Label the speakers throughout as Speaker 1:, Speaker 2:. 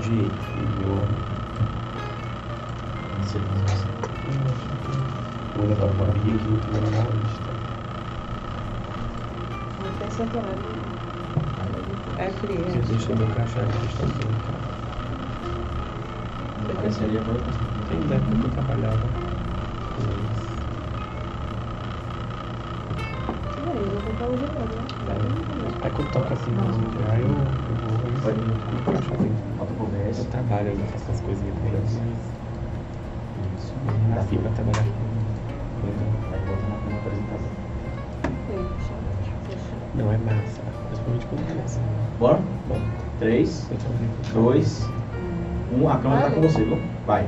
Speaker 1: de idioma. Civilização. Vou levar uma Maria aqui no primeiro na lista.
Speaker 2: Não tem essa palavra. É criança.
Speaker 1: Jesus sobre o crachá de cristão química.
Speaker 2: Depois
Speaker 1: Pareceria bom. Tem ideia como eu trabalhava com eles.
Speaker 2: Peraí, eu vou comprar o gelado, né?
Speaker 1: Aí quando toca assim, música, aí eu, eu vou e
Speaker 3: Vai.
Speaker 1: eu crachá dentro.
Speaker 3: Falta
Speaker 1: Eu
Speaker 3: conversa.
Speaker 1: trabalho, eu faço essas coisinhas com eles.
Speaker 3: Isso.
Speaker 1: Nasci pra trabalhar com eles.
Speaker 3: Vai botar uma, uma apresentação.
Speaker 2: Fecha, fecha.
Speaker 1: Não é massa, principalmente quando é massa.
Speaker 3: Bora?
Speaker 1: Bom,
Speaker 3: 3,
Speaker 1: eu tô brincando.
Speaker 3: 2, 1. A câmera tá com você, viu? Vai.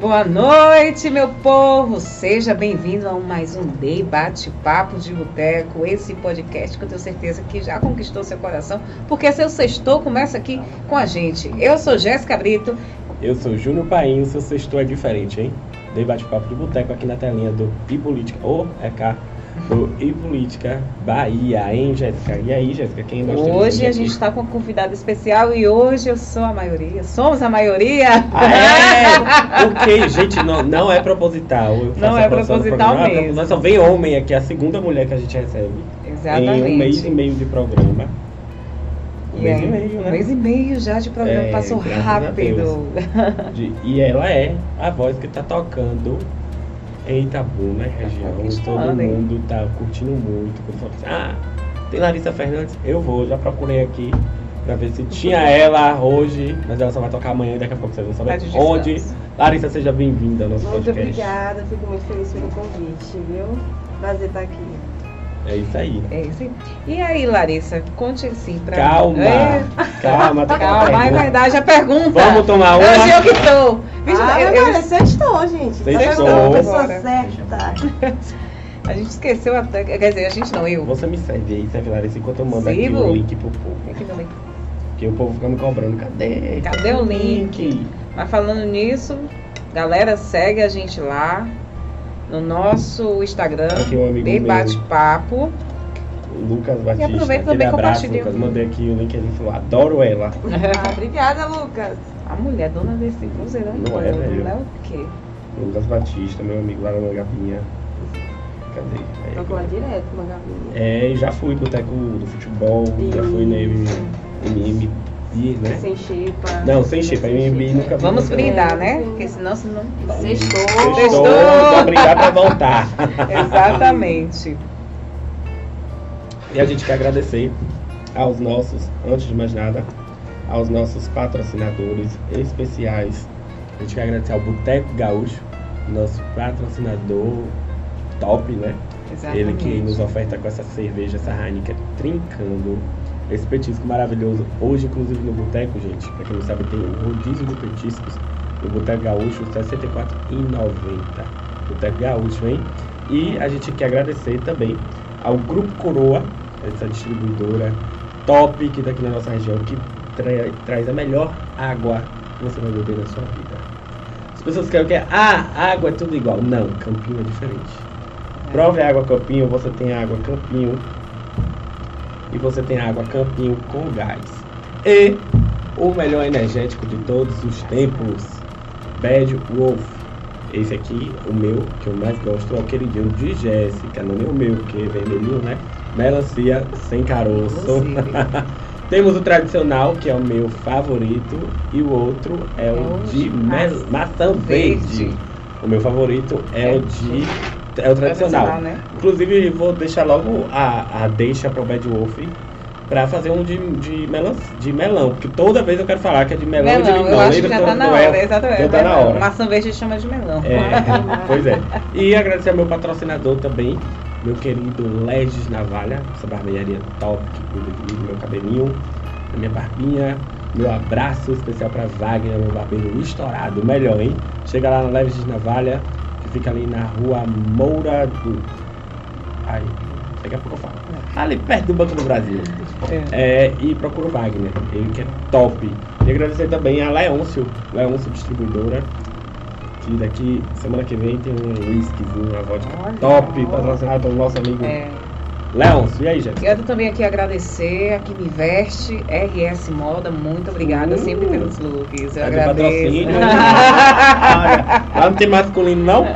Speaker 2: Boa noite, meu povo! Seja bem-vindo a um- mais um Day Bate-Papo de Boteco, esse podcast que eu tenho certeza que já conquistou seu coração, porque seu sextou começa aqui com a gente. Eu sou Jéssica Brito,
Speaker 1: Eu sou Júnior Paim, seu sexto é diferente, hein? Dei bate-papo de boteco aqui na telinha do E Política, ou é cá, do E Política Bahia, hein, Jéssica? E aí, Jéssica, quem nós temos um
Speaker 2: Hoje a
Speaker 1: aqui?
Speaker 2: gente está com uma convidada especial e hoje eu sou a maioria. Somos a maioria.
Speaker 1: Ah, é? Porque, gente, não, não é proposital. Eu faço
Speaker 2: Não é
Speaker 1: a produção do
Speaker 2: proposital
Speaker 1: programa,
Speaker 2: mesmo.
Speaker 1: Nós só vem homem aqui, é a segunda mulher que a gente recebe
Speaker 2: Exatamente.
Speaker 1: em um mês e meio de programa. Um
Speaker 2: E
Speaker 1: mês
Speaker 2: aí?
Speaker 1: e meio,
Speaker 2: Um
Speaker 1: né?
Speaker 2: mês e meio já de programa,
Speaker 1: É,
Speaker 2: passou
Speaker 1: graças a
Speaker 2: rápido.
Speaker 1: De- e ela é a voz que tá tocando em Itabuna,
Speaker 2: Tá
Speaker 1: região. Todo
Speaker 2: conquistando, hein?
Speaker 1: mundo tá curtindo muito. Quando fala assim, ah, tem Larissa Fernandes? Eu vou, já procurei aqui pra ver se tinha ela hoje, mas ela só vai tocar amanhã e daqui a pouco vocês vão
Speaker 2: Tá
Speaker 1: saber
Speaker 2: de
Speaker 1: onde.
Speaker 2: descanso.
Speaker 1: Larissa, seja bem-vinda ao nosso
Speaker 4: Muito
Speaker 1: podcast.
Speaker 4: obrigada, fico muito feliz pelo convite, viu? Prazer estar aqui.
Speaker 1: É isso aí.
Speaker 2: É isso aí. E aí, Larissa, conte assim pra
Speaker 1: Calma,
Speaker 2: É,
Speaker 1: calma, tem uma
Speaker 2: calma, é
Speaker 1: pergunta.
Speaker 2: verdade, a pergunta.
Speaker 1: Vamos tomar uma?
Speaker 2: Hoje eu que tô. Vixe,
Speaker 4: ah,
Speaker 2: eu- eu-
Speaker 4: agora, sextou, gente.
Speaker 1: Sextou.
Speaker 4: a pessoa
Speaker 2: Agora.
Speaker 4: certa.
Speaker 2: a gente esqueceu até. Quer dizer, a gente não, eu.
Speaker 1: Você me serve aí, serve Larissa, enquanto eu mando aqui
Speaker 2: Sigo.
Speaker 1: o link pro povo.
Speaker 2: Aqui no link.
Speaker 1: Porque o povo fica me cobrando, cadê?
Speaker 2: Cadê o link? Mas falando nisso, galera, segue a gente lá no nosso Instagram,
Speaker 1: Aqui um amigo
Speaker 2: Bem
Speaker 1: meu.
Speaker 2: Bate-Papo.
Speaker 1: Lucas Batista.
Speaker 2: aproveita
Speaker 1: aquele
Speaker 2: também e
Speaker 1: abraço,
Speaker 2: compartilha.
Speaker 1: Lucas. Mandei aqui o link, ele falou, adoro ela.
Speaker 4: Ah, obrigada, Lucas.
Speaker 2: A mulher dona desse cruzeirão
Speaker 1: Não
Speaker 2: todo,
Speaker 1: é, velho.
Speaker 2: não é o quê?
Speaker 1: Lucas Batista, meu amigo lá na Mangapinha. Cadê?
Speaker 4: Tô com ela direto, Mangavinha.
Speaker 1: É, e já fui pro Teco do Futebol, já fui na MMB, né?
Speaker 4: Sem xepa.
Speaker 1: Não, sem chip, a MMB nunca fui.
Speaker 2: Vamos
Speaker 1: Nunca-
Speaker 2: brindar, né? Porque senão, senão...
Speaker 4: Sextou.
Speaker 1: Sextou, só brindar pra voltar.
Speaker 2: Exatamente.
Speaker 1: E a gente quer agradecer aos nossos, antes de mais nada, aos nossos patrocinadores especiais. A gente quer agradecer ao Boteco Gaúcho, nosso patrocinador top, né?
Speaker 2: Exatamente.
Speaker 1: Ele que nos oferta com essa cerveja, essa Heineken trincando. Esse petisco maravilhoso. Hoje, inclusive, no Boteco, gente, pra quem não sabe, tem o rodízio de petiscos no Boteco Gaúcho, R$ 64,90. Boteco Gaúcho, hein? E a gente quer agradecer também ao Grupo Coroa, essa distribuidora top que tá aqui na nossa região, que tra- traz a melhor água que você vai beber na sua vida. As pessoas querem que ah, água é tudo igual. Não, Campinho é diferente. Prove a água Campinho, você tem água Campinho e você tem água Campinho com gás. E o melhor energético de todos os tempos, Bad Wolf. Esse aqui, o meu, que eu mais gosto, é o queridinho de Jéssica, não é o meu, porque é vermelhinho, né? Melancia sem caroço.
Speaker 2: Inclusive.
Speaker 1: Temos o tradicional, que é o meu favorito, e o outro é o
Speaker 2: É o
Speaker 1: de
Speaker 2: de
Speaker 1: ma-
Speaker 2: maçã
Speaker 1: maçã verde.
Speaker 2: verde.
Speaker 1: O meu favorito é,
Speaker 2: É.
Speaker 1: o de. É o tradicional.
Speaker 2: né?
Speaker 1: Inclusive, eu vou deixar logo a, a deixa pro Bad Wolf pra fazer um de, de, melão, de melão. Porque toda vez eu quero falar que é de melão, e de
Speaker 2: Melão,
Speaker 1: limão.
Speaker 2: eu acho que
Speaker 1: Lembra
Speaker 2: já tá
Speaker 1: quando
Speaker 2: na
Speaker 1: eu era-
Speaker 2: hora, exatamente.
Speaker 1: já tá na hora.
Speaker 2: Maçã verde chama de melão.
Speaker 1: é, pois é. E agradecer ao meu patrocinador também, meu querido Legis Navalha, essa barbearia top que cuida de mim, do meu cabelinho, da minha barbinha. Meu abraço especial pra Wagner, meu barbeiro estourado, melhor, hein? Chega lá na Legis Navalha, que fica ali na rua Moura do. Ai, daqui a pouco eu falo. Ali perto do Banco do Brasil.
Speaker 2: É.
Speaker 1: É, e procura o Wagner, ele que é top. E agradecer também a Leôncio, Leôncio Distribuidora, que daqui, semana que vem, tem um whiskyzinho, uma vodka
Speaker 2: Olha,
Speaker 1: top,
Speaker 2: olha.
Speaker 1: patrocinado pelo nosso amigo
Speaker 2: É.
Speaker 1: Leons, e aí, gente?
Speaker 2: Quero também aqui agradecer a que me veste, RS Moda, muito obrigada
Speaker 1: Uh,
Speaker 2: sempre pelos looks. Eu
Speaker 1: É do
Speaker 2: agradeço.
Speaker 1: patrocínio. Lá não tem masculino, não?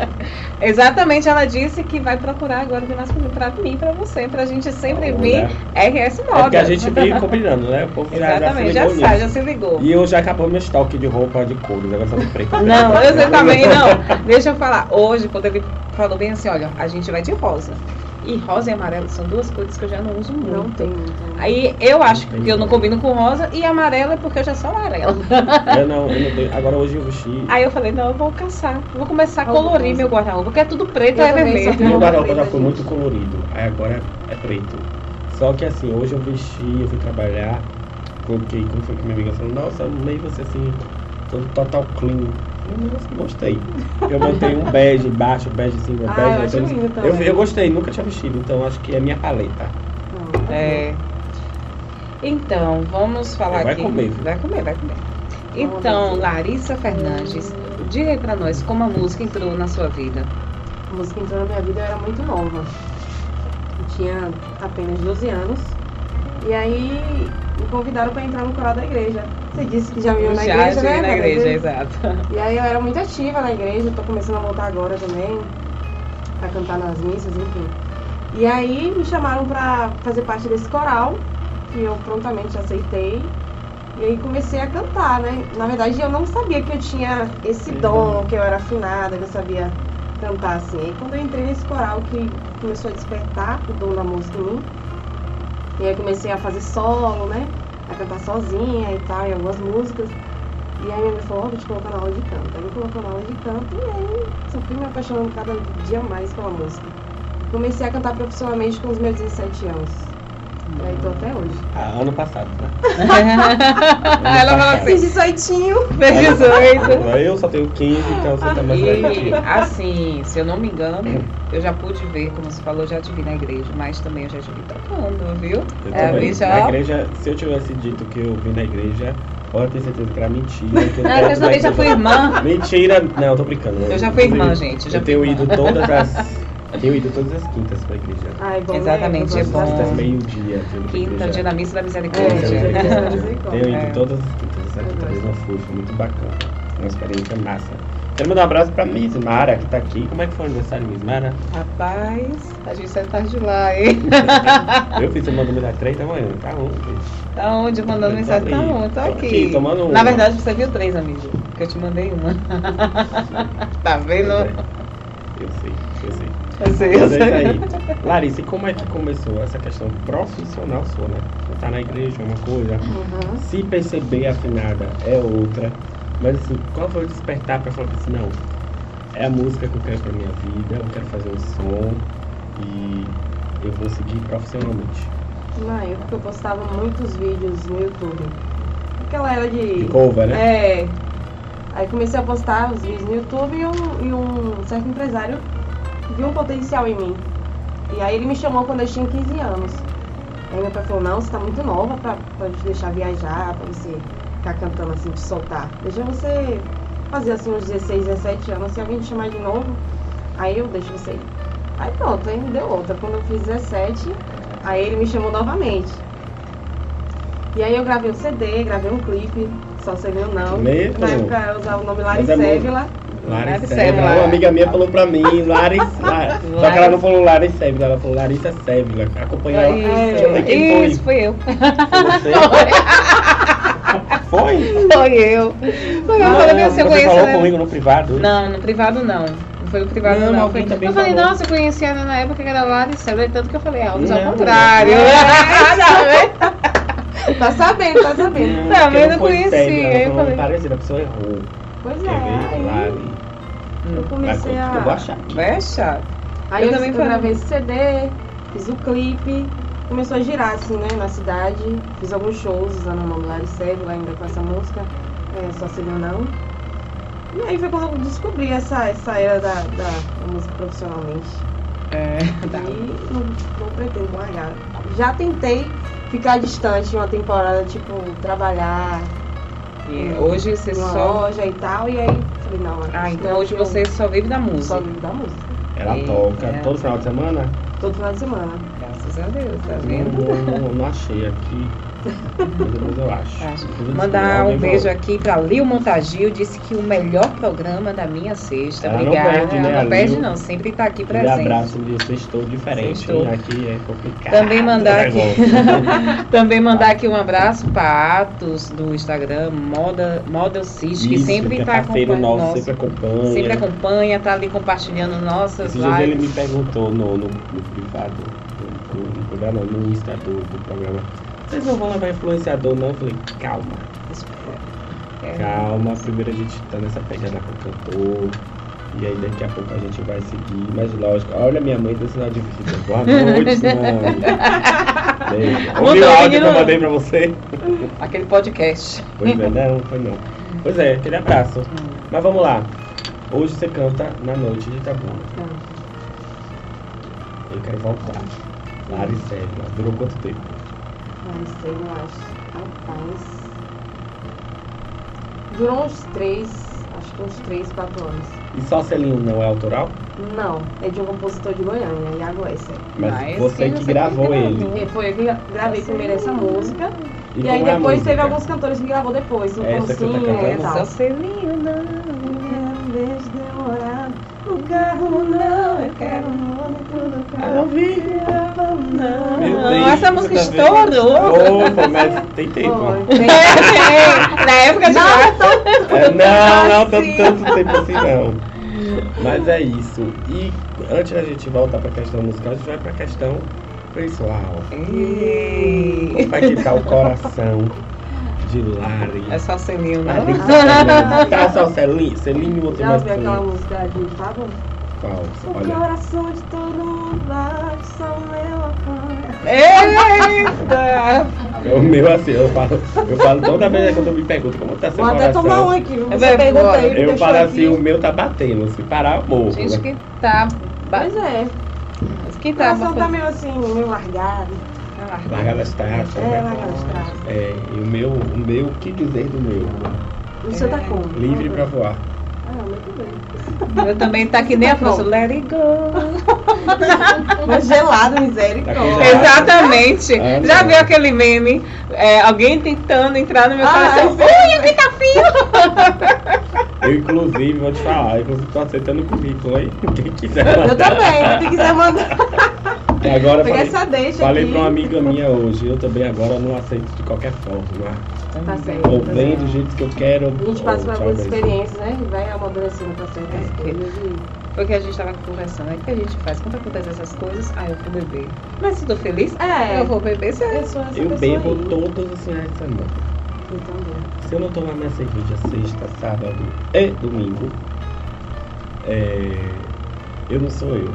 Speaker 2: Exatamente, ela disse que vai procurar agora de mais pra mim, pra você, pra gente sempre
Speaker 1: Não,
Speaker 2: vir
Speaker 1: né?
Speaker 2: RS
Speaker 1: É porque
Speaker 2: Moda.
Speaker 1: a gente veio combinando, né? O povo já, já se
Speaker 2: Exatamente, já,
Speaker 1: ligou
Speaker 2: sabe,
Speaker 1: nisso.
Speaker 2: já se ligou.
Speaker 1: um E hoje acabou meu estoque de roupa de couro, agora só de preto.
Speaker 2: Não, eu sei também não. Deixa eu falar. Hoje, quando ele falou bem assim, olha, a gente vai de rosa. E rosa e amarelo são duas cores que eu já não uso
Speaker 4: Não
Speaker 2: muito.
Speaker 4: tem muito.
Speaker 2: Aí eu acho que eu não combino com rosa e amarelo é porque eu já sou amarela.
Speaker 1: Eu não, eu não tenho. Agora hoje eu vesti.
Speaker 2: Aí eu falei, não, eu vou caçar. Vou começar a
Speaker 4: Rosa,
Speaker 2: colorir
Speaker 4: rosa.
Speaker 2: meu guarda-roupa, porque é tudo preto,
Speaker 4: Eu
Speaker 2: é
Speaker 4: também só
Speaker 2: vermelho.
Speaker 4: tenho-
Speaker 1: Meu guarda-roupa já
Speaker 4: Preta,
Speaker 2: é
Speaker 1: foi
Speaker 4: gente.
Speaker 1: muito colorido, aí agora é preto. Só que assim, hoje eu vesti, eu fui trabalhar, coloquei, como foi que minha amiga falou, nossa, amei você assim, todo total clean. Eu, Nossa, gostei. Eu botei um bege embaixo, bege em cima,
Speaker 4: Ah, eu
Speaker 1: bege.
Speaker 4: acho
Speaker 1: Eu,
Speaker 4: lindo
Speaker 1: eu,
Speaker 4: também.
Speaker 2: né?
Speaker 1: eu, gostei, nunca tinha vestido, então acho que é minha paleta.
Speaker 4: Não,
Speaker 2: É. Então, vamos falar
Speaker 1: Vai
Speaker 2: aqui.
Speaker 1: comer, viu?
Speaker 2: Vai comer, vai comer.
Speaker 4: Vamos
Speaker 2: Então,
Speaker 4: ver.
Speaker 2: Larissa Fernandes, diga aí pra nós como a música entrou na sua vida.
Speaker 4: A música entrou na minha vida, eu era muito nova. Eu tinha apenas 12 anos. E aí me convidaram para entrar no coral da igreja. Você disse que já me viu na
Speaker 2: já
Speaker 4: igreja,
Speaker 2: cheguei
Speaker 4: né?
Speaker 2: na
Speaker 4: Vera?
Speaker 2: igreja, exato.
Speaker 4: E aí eu era muito ativa na igreja, tô começando a voltar agora também, pra cantar nas missas, enfim. E aí me chamaram pra fazer parte desse coral, que eu prontamente aceitei. E aí comecei a cantar, né? Na verdade eu não sabia que eu tinha esse
Speaker 1: Sim.
Speaker 4: dom, que eu era afinada, que eu sabia cantar assim. E quando eu entrei nesse coral que começou a despertar o dom da música em mim, e aí comecei a fazer solo, né? A cantar sozinha e tal, em algumas músicas. E aí minha mãe falou, ó, vou te colocar na aula de canto. Aí me colocou na aula de canto e aí só fui me apaixonando cada dia mais pela música. Comecei a cantar profissionalmente com os meus 17 anos. E aí tô até hoje.
Speaker 1: Ah, ano passado, né?
Speaker 2: Ela fala assim,
Speaker 4: Fiz 18!
Speaker 2: fez 18.
Speaker 1: Eu só tenho 15, então você assim, tá mais É. velho que
Speaker 2: E
Speaker 1: eu.
Speaker 2: assim, se eu não me engano, eu já pude ver, como você falou, já te vi na igreja, mas também eu já te vi tocando, viu?
Speaker 1: Eu
Speaker 2: É,
Speaker 1: também.
Speaker 2: bicho, ó.
Speaker 1: Na igreja, se eu tivesse dito que eu vim na igreja, pode ter certeza que era mentira. que eu
Speaker 2: Não,
Speaker 1: era
Speaker 2: eu
Speaker 1: da
Speaker 2: também já fui
Speaker 1: igreja.
Speaker 2: irmã.
Speaker 1: Mentira, não, eu tô brincando.
Speaker 2: Eu já fui irmã,
Speaker 1: tenho-
Speaker 2: gente. Já
Speaker 1: eu
Speaker 2: fui
Speaker 1: tenho
Speaker 2: irmã.
Speaker 1: ido todas as. Tenho ido todas as quintas pra igreja.
Speaker 4: Ai, bom,
Speaker 2: Exatamente,
Speaker 4: né? Eu
Speaker 2: é
Speaker 4: gosto
Speaker 2: bom.
Speaker 1: Quintas,
Speaker 4: bastante.
Speaker 1: meio-dia. eu tenho ido pra
Speaker 2: Quinta,
Speaker 1: igreja.
Speaker 2: dia da missa da
Speaker 1: Quinta,
Speaker 2: misericórdia.
Speaker 1: dia da
Speaker 4: É.
Speaker 1: igreja. Tenho ido todas as quintas. Essa quinta vez não fui, foi muito bacana. Uma experiência massa. Quero mandar um abraço pra Miss Mara, que tá aqui. Como é que foi o aniversário, Miss Mara?
Speaker 2: Rapaz, a gente sai tarde lá, hein?
Speaker 1: Eu fiz uma número às três da manhã, tá ontem.
Speaker 2: Tá onde? Mandando
Speaker 1: Eu tô
Speaker 2: mensagem? Tá
Speaker 1: ali.
Speaker 2: onde? Tá
Speaker 1: Tô
Speaker 2: aqui.
Speaker 1: aqui, tomando
Speaker 2: Na
Speaker 1: uma.
Speaker 2: verdade, você viu três, amigo. Porque eu te mandei uma. tá vendo?
Speaker 1: Eu sei, eu sei.
Speaker 2: Eu sei, eu
Speaker 1: Mas é isso
Speaker 2: sei.
Speaker 1: aí. Larissa, e como é que começou essa questão profissional sua, né? Você tá na igreja, é uma coisa.
Speaker 4: Uhum.
Speaker 1: Se perceber afinada é outra. Mas assim, qual foi o despertar pra falar assim, não, é a música que eu quero pra minha vida, eu quero fazer um som e eu vou seguir profissionalmente.
Speaker 4: Na época eu postava muitos vídeos no YouTube. Aquela era
Speaker 1: De
Speaker 4: de.
Speaker 1: cover, né?
Speaker 4: É. Aí comecei a postar os vídeos no YouTube e um, e um certo empresário viu um potencial em mim. E aí ele me chamou quando eu tinha 15 anos. Aí meu pai falou, não, você tá muito nova pra, pra te deixar viajar, pra você ficar cantando assim, te soltar. Deixa você fazer assim uns 16, 17 anos, se alguém te chamar de novo, aí eu deixo você ir. Aí pronto, aí me deu outra. Quando eu fiz 17, aí ele me chamou novamente. E aí eu gravei um CD, gravei um clipe, só você viu
Speaker 2: É,
Speaker 4: não.
Speaker 1: Mesmo?
Speaker 4: Na época eu usava o nome
Speaker 1: Mas
Speaker 4: Larissa
Speaker 1: é muito-
Speaker 4: Évila.
Speaker 1: Larissa,
Speaker 2: Larissa Sérvila.
Speaker 1: Sérvila. Uma amiga minha falou pra mim, Larissa. Lar- Só que ela não falou Larissa Sérvila, ela falou Larissa Sérvila. Acompanhou ela. Deixa eu ver quem
Speaker 2: É Isso,
Speaker 1: foi.
Speaker 2: isso foi eu.
Speaker 1: Foi você? Foi?
Speaker 2: Foi eu. Foi eu. eu falei, meu, se
Speaker 1: você
Speaker 2: eu conheço
Speaker 1: falou
Speaker 2: ela.
Speaker 1: comigo no privado?
Speaker 2: Não, no privado não. Não foi no privado
Speaker 1: Não,
Speaker 2: não.
Speaker 1: alguém
Speaker 2: Foi-
Speaker 1: também
Speaker 2: eu falei,
Speaker 1: falou.
Speaker 2: nossa, eu conheci ela na época que era lá de Célula, tanto que eu falei, ah, mas
Speaker 1: Não,
Speaker 2: ao contrário.
Speaker 1: não.
Speaker 4: Tá sabendo, tá sabendo.
Speaker 1: Não,
Speaker 2: Tá,
Speaker 1: porque
Speaker 2: mas
Speaker 1: não
Speaker 2: eu
Speaker 1: foi
Speaker 2: conheci,
Speaker 1: Sérvila,
Speaker 2: aí eu
Speaker 1: ela falou
Speaker 2: falei.
Speaker 1: parecida, a pessoa errou.
Speaker 4: Pois
Speaker 1: Quer
Speaker 4: é,
Speaker 1: ver?
Speaker 4: aí
Speaker 1: Lari.
Speaker 4: eu
Speaker 1: Vai,
Speaker 4: comecei
Speaker 1: eu vou
Speaker 4: a.
Speaker 1: achar.
Speaker 2: Vai achar.
Speaker 4: Aí
Speaker 2: Eu
Speaker 4: eu, também
Speaker 2: também fui.
Speaker 4: gravei esse CD, fiz o clipe, começou a girar assim, né, na cidade. Fiz alguns shows usando o nome Laricélio, lá ainda com essa música, é, Só Se Viu Não. E aí foi quando eu descobri essa, essa era da, da, da música profissionalmente.
Speaker 2: É, tá.
Speaker 4: E não, não pretendo largar. Já tentei ficar distante uma temporada, tipo, trabalhar
Speaker 2: E hoje você
Speaker 4: numa
Speaker 2: só.
Speaker 4: loja e tal, e aí falei, não,
Speaker 2: Ah,
Speaker 4: acho
Speaker 2: então
Speaker 4: que
Speaker 2: hoje
Speaker 4: eu
Speaker 2: você só vive da
Speaker 4: só
Speaker 2: música.
Speaker 4: vivo da música.
Speaker 1: Ela
Speaker 2: Eita.
Speaker 1: toca todo final de semana?
Speaker 4: Todo final de semana.
Speaker 2: Graças a Deus, tá
Speaker 1: Não,
Speaker 2: vendo?
Speaker 1: não, não, não achei aqui. Mas depois eu acho.
Speaker 2: Acho.
Speaker 1: Depois eu
Speaker 2: Tá. Mandar
Speaker 1: descubro,
Speaker 2: um
Speaker 1: alguém
Speaker 2: beijo
Speaker 1: falou.
Speaker 2: aqui pra Lil Montagil, disse que o melhor programa da minha sexta.
Speaker 1: Ela não
Speaker 2: Obrigada.
Speaker 1: perde, né,
Speaker 2: Ela
Speaker 1: a
Speaker 2: não perde,
Speaker 1: Lil?
Speaker 2: não, sempre tá aqui
Speaker 1: Aquele
Speaker 2: presente.
Speaker 1: abraço de vocês estou diferente.
Speaker 2: Sextou.
Speaker 1: hein? Aqui é complicado.
Speaker 2: Também mandar aqui.
Speaker 1: Revolta.
Speaker 2: Também mandar aqui um abraço para Atos do Instagram, Moda, Model Cis, que
Speaker 1: Isso,
Speaker 2: sempre
Speaker 1: é
Speaker 2: está
Speaker 1: parceiro
Speaker 2: acompanhando.
Speaker 1: nosso, sempre acompanha.
Speaker 2: sempre acompanha, tá ali compartilhando nossas
Speaker 1: Esses dias ele me
Speaker 2: lives.
Speaker 1: perguntou no, no, no privado, no, no, no programa, no Insta do, do programa. Vocês não vão levar influenciador, não? Eu falei, calma,
Speaker 2: É,
Speaker 1: calma. Primeiro a gente tá nessa pegada com o cantor. E aí daqui a pouco a gente vai seguir. Mas lógico, olha minha mãe dando sinal de vida. Boa noite, mãe. Beijo. Ouviu
Speaker 2: Mandou,
Speaker 1: o áudio que eu
Speaker 2: menino.
Speaker 1: mandei pra você?
Speaker 2: aquele podcast.
Speaker 1: Pois é, não, foi não. Pois é, aquele abraço.
Speaker 2: Hum.
Speaker 1: Mas vamos lá. Hoje você canta na noite de Itabuna. Eu quero voltar. Laricela, durou quanto tempo?
Speaker 4: Não sei, eu acho. Rapaz. Durou uns três, acho que uns três, quatro anos.
Speaker 1: E só Celinho não é autoral?
Speaker 4: Não, é de um compositor de Goiânia, Iago Esser.
Speaker 1: Mas,
Speaker 2: Mas
Speaker 1: você
Speaker 2: quem
Speaker 1: que
Speaker 2: você
Speaker 1: gravou
Speaker 2: que
Speaker 1: ele.
Speaker 2: gravou.
Speaker 4: E Foi eu que
Speaker 2: é?
Speaker 4: gra- gravei primeiro essa música. E,
Speaker 1: como
Speaker 4: aí
Speaker 1: é a
Speaker 4: depois teve
Speaker 1: música?
Speaker 4: alguns cantores que gravou depois, o
Speaker 1: Essa que você tá
Speaker 4: Poncinho
Speaker 1: cantando?
Speaker 4: e tal.
Speaker 2: Essa Celina.
Speaker 4: Em vez de demorar no carro, não, eu quero um homem tudo
Speaker 1: Ah, não
Speaker 4: carro.
Speaker 1: vi.
Speaker 4: Não.
Speaker 1: Meu
Speaker 2: Não,
Speaker 1: Deus,
Speaker 2: essa
Speaker 1: você
Speaker 2: música
Speaker 1: tá
Speaker 2: estourou.
Speaker 1: vendo? Opa, mas tem tempo.
Speaker 4: Foi.
Speaker 2: É, Na época de lá.
Speaker 1: É,
Speaker 4: Ah,
Speaker 1: não, não,
Speaker 2: assim.
Speaker 1: tanto, tanto tempo assim não. Mas é isso. E antes da gente voltar pra questão musical, a gente vai pra questão pessoal.
Speaker 2: Ih,
Speaker 1: Como é que tá o coração de Lari?
Speaker 2: É só Celina.
Speaker 1: Laricela. Tá só Celinho, Celinho ou tem
Speaker 4: Já
Speaker 1: mais
Speaker 4: ouviu aquela
Speaker 1: Celinho?
Speaker 4: música de Pablo?
Speaker 1: Qual?
Speaker 4: O
Speaker 1: Olha,
Speaker 4: coração de todo mundo é bate, só o meu apanha.
Speaker 2: Eita!
Speaker 1: o meu assim, eu falo, eu falo toda vez que eu me pergunto como tá seu
Speaker 4: Vou até
Speaker 1: coração.
Speaker 4: tomar um aqui, viu?
Speaker 2: Vai
Speaker 4: Você pergunta
Speaker 2: embora.
Speaker 4: aí, me
Speaker 1: É Eu
Speaker 4: deixou
Speaker 1: falo
Speaker 4: aqui.
Speaker 1: assim, o meu tá batendo, se parar, eu morro.
Speaker 2: Gente, que tá. ba-
Speaker 4: Pois é,
Speaker 2: Que
Speaker 4: o
Speaker 2: tá.
Speaker 4: coração tá meio assim, meio largado.
Speaker 1: Largar as taxas,
Speaker 4: É,
Speaker 1: né?
Speaker 4: largar as taxas.
Speaker 1: É, e o meu, o meu, o que dizer do meu?
Speaker 4: O seu tá como?
Speaker 1: Livre pra voar.
Speaker 4: Ah, muito bem.
Speaker 2: Eu também tá que nem a
Speaker 4: Tá bom.
Speaker 2: Afonso. Let it go.
Speaker 4: Mas Um gelado,
Speaker 1: Tá
Speaker 4: misericórdia.
Speaker 1: congelado.
Speaker 2: Exatamente.
Speaker 4: É,
Speaker 1: Ah,
Speaker 2: Já
Speaker 1: não.
Speaker 2: viu aquele meme? É, alguém tentando entrar no meu
Speaker 4: Ah,
Speaker 2: coração.
Speaker 4: sim.
Speaker 2: Ui, o que tá fio?
Speaker 1: Eu, inclusive, vou te falar, inclusive tô aceitando o currículo, hein? Quem quiser
Speaker 4: Eu
Speaker 1: mandar.
Speaker 4: também, se quiser mandar.
Speaker 1: E agora eu
Speaker 4: Pegar
Speaker 1: falei,
Speaker 4: essa deixa
Speaker 1: falei
Speaker 4: aqui.
Speaker 1: pra uma amiga minha hoje, eu também agora não aceito de qualquer forma.
Speaker 4: Tá certo.
Speaker 1: Ou bem do jeito que eu quero. oh,
Speaker 4: A gente passa por
Speaker 1: ou,
Speaker 4: algumas
Speaker 1: talvez.
Speaker 4: experiências, né? E vai amadurecendo pra certas
Speaker 2: É.
Speaker 4: coisas. né, e-
Speaker 2: Foi o que a gente tava conversando. Aí o que a gente faz? Quando acontecem essas coisas, ah, eu vou beber. Mas se eu tô feliz,
Speaker 4: É,
Speaker 2: eu vou beber. Se
Speaker 4: eu sou essa
Speaker 1: Eu
Speaker 4: pessoa
Speaker 1: bebo
Speaker 4: aí.
Speaker 1: todos os finais de semana.
Speaker 4: Eu também.
Speaker 1: Se eu não tomar minha cerveja sexta, sábado e domingo, é, eu não sou eu.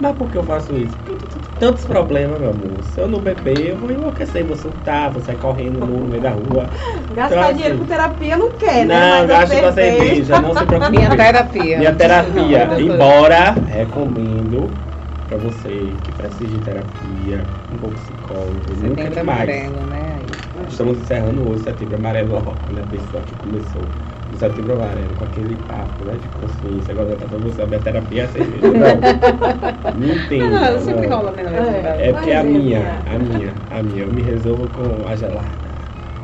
Speaker 1: Mas por que eu faço isso? Porque eu tô com tantos problemas, meu amor. Se eu não beber, eu vou enlouquecer, vou soltar, vou sair correndo no meio da rua.
Speaker 4: Gastar
Speaker 1: Então,
Speaker 4: dinheiro
Speaker 1: assim,
Speaker 4: com terapia não
Speaker 2: É,
Speaker 4: quer, né?
Speaker 1: não,
Speaker 4: Mas a
Speaker 1: gasto com a cerveja, não se preocupe.
Speaker 2: Minha terapia.
Speaker 1: Minha terapia,
Speaker 2: Não,
Speaker 1: embora recomendo pra você que precisa de terapia, um bom psicólogo, nunca é
Speaker 2: Setembro
Speaker 1: demais.
Speaker 2: amarelo, né?
Speaker 1: Estamos encerrando hoje Setembro Amarelo, ó, olha a pessoa que começou o Setembro Amarelo com aquele papo, né, de consciência, agora tá falando sobre a terapia e a cerveja, não, me entenda,
Speaker 2: Não, não, Ah, sempre
Speaker 1: não.
Speaker 2: rola mesmo. né?
Speaker 1: É porque é a
Speaker 4: Mas é,
Speaker 1: minha,
Speaker 4: cara.
Speaker 1: a minha, a minha, eu me resolvo com a gelada,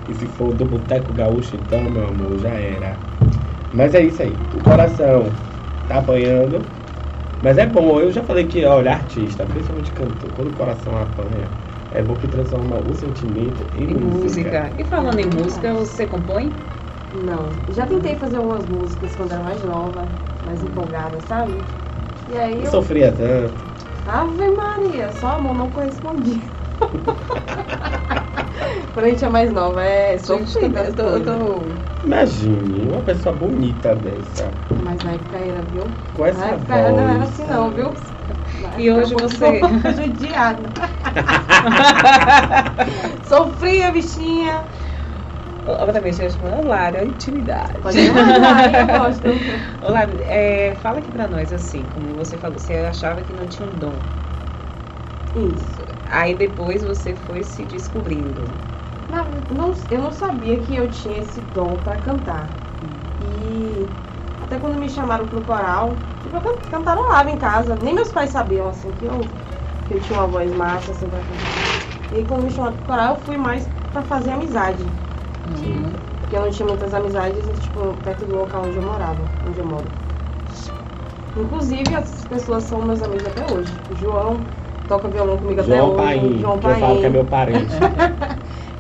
Speaker 1: e se for do Boteco Gaúcho então, meu amor, já era, mas é isso aí, o coração tá apanhando, mas é bom, eu já falei que, olha, artista, principalmente cantor, quando o coração apanha, é bom que transforma o sentimento em,
Speaker 2: E música. E falando em música, você compõe?
Speaker 4: Não. Já tentei fazer algumas músicas quando era mais nova, mais empolgada, sabe? E aí
Speaker 1: Eu
Speaker 4: eu.
Speaker 1: sofria tanto.
Speaker 4: Ave Maria, só amor não correspondido. Quando a gente é mais nova, é
Speaker 2: Gente, tá
Speaker 4: sofrida.
Speaker 2: eu tô, eu tô-
Speaker 1: Imagine uma pessoa bonita dessa.
Speaker 4: Mas na época era, viu?
Speaker 1: Com essa
Speaker 4: Na época
Speaker 1: voz.
Speaker 4: não era assim não, viu? Na
Speaker 2: E
Speaker 4: época
Speaker 2: hoje
Speaker 4: eu
Speaker 2: você-
Speaker 4: sou judiada. Sofria, bichinha.
Speaker 2: Obviamente, eu falo, Lara, é intimidade.
Speaker 4: Pode ir mais, eu gosto.
Speaker 2: Olá, é, fala aqui pra nós assim, como você falou, você achava que não tinha um dom.
Speaker 4: Isso.
Speaker 2: Aí depois você foi se descobrindo.
Speaker 4: Na- não- eu não sabia que eu tinha esse dom pra cantar. E até quando me chamaram pro coral, tipo, eu can- cantarolava em casa. Nem meus pais sabiam, assim, que eu que ele tinha uma voz massa, assim, pra E aí quando me chamaram pro coral, eu fui mais pra fazer amizade.
Speaker 2: Hum.
Speaker 1: Sim.
Speaker 4: Porque eu não tinha muitas amizades, tipo, perto do local onde eu morava, onde eu moro. Inclusive, essas pessoas são meus amigos até hoje. O João toca violão comigo
Speaker 1: João
Speaker 4: até hoje.
Speaker 1: Paim, que eu falo que é meu parente.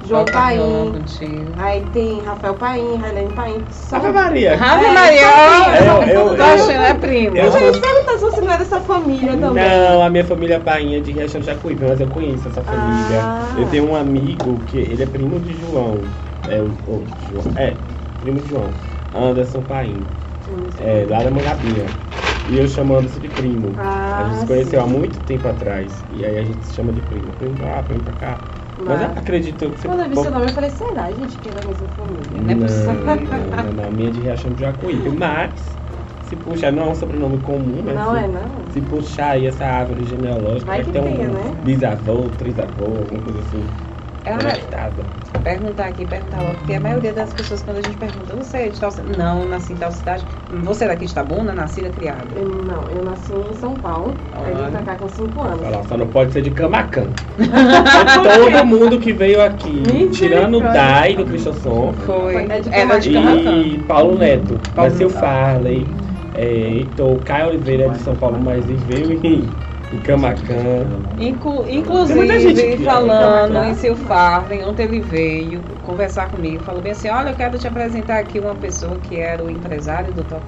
Speaker 4: João
Speaker 2: Toca violão
Speaker 4: Paim.
Speaker 2: contigo.
Speaker 4: Aí tem Rafael Paim, Railene Paim. que São...
Speaker 1: Ave Maria.
Speaker 2: Ave
Speaker 4: É,
Speaker 2: Maria,
Speaker 4: só
Speaker 2: ó,
Speaker 1: tem. Eu- eu-
Speaker 2: tô
Speaker 1: eu-
Speaker 2: achando, é primo.
Speaker 1: eu-
Speaker 4: Deixa eu te perguntar se você não é dessa família também.
Speaker 1: Não, a minha família é painha de Riachão Jacuípe, mas eu conheço essa família.
Speaker 4: Ah.
Speaker 1: Eu tenho um amigo que ele é primo de João. É, o, o- João- é primo de João. Anderson Paim, é, lá da Mangabinha. E eu chamo Anderson de primo.
Speaker 4: Ah,
Speaker 1: a gente se
Speaker 4: sim.
Speaker 1: conheceu há muito tempo atrás. E aí a gente se chama de primo. Primo pra lá, primo pra cá. Mas, é
Speaker 4: Mas-
Speaker 1: acredito que você.
Speaker 4: Quando eu vi
Speaker 1: pô-
Speaker 4: seu nome, eu falei, será, gente, que é da mesma família?
Speaker 2: Não é possível.
Speaker 1: Não, não, não, a minha é de Riachão de Jacuípe. Mas, se puxar, não é assim. um sobrenome comum, mas
Speaker 4: Não
Speaker 1: se
Speaker 4: é, não.
Speaker 1: se puxar aí essa árvore genealógica,
Speaker 4: Vai
Speaker 1: deve
Speaker 4: que
Speaker 1: ter
Speaker 4: tenha,
Speaker 1: um
Speaker 4: né?
Speaker 1: bisavô, trisavô, alguma coisa assim.
Speaker 2: Ela-
Speaker 1: conectada.
Speaker 2: perguntar aqui, perguntar logo, porque a maioria das pessoas, quando a gente pergunta, você é de tal cidade? Não, nasci em tal cidade. Você é daqui de Tabuna, nascida, criada.
Speaker 4: Eu, não, eu nasci em São Paulo, aí vim pra cá com 5 anos.
Speaker 1: Olha lá, só não pode ser de Camacan. Todo mundo que veio aqui,
Speaker 4: Misericórdia.
Speaker 1: tirando o Dai do Cristosson
Speaker 2: Foi.
Speaker 1: né,
Speaker 4: É de
Speaker 2: Era de Camacan.
Speaker 1: e Paulo Neto,
Speaker 2: Paulo
Speaker 1: Marcel
Speaker 2: Neto.
Speaker 1: Farley, é, então Caio Oliveira é de São Paulo, mas ele veio em, em Camacan.
Speaker 2: Inclu-
Speaker 1: Tem muita gente
Speaker 2: inclusive,
Speaker 1: que-
Speaker 2: falando
Speaker 1: Tá.
Speaker 2: em seu Farley, ontem ele veio conversar comigo, falou bem assim, olha, eu quero te apresentar aqui uma pessoa que era o empresário do Top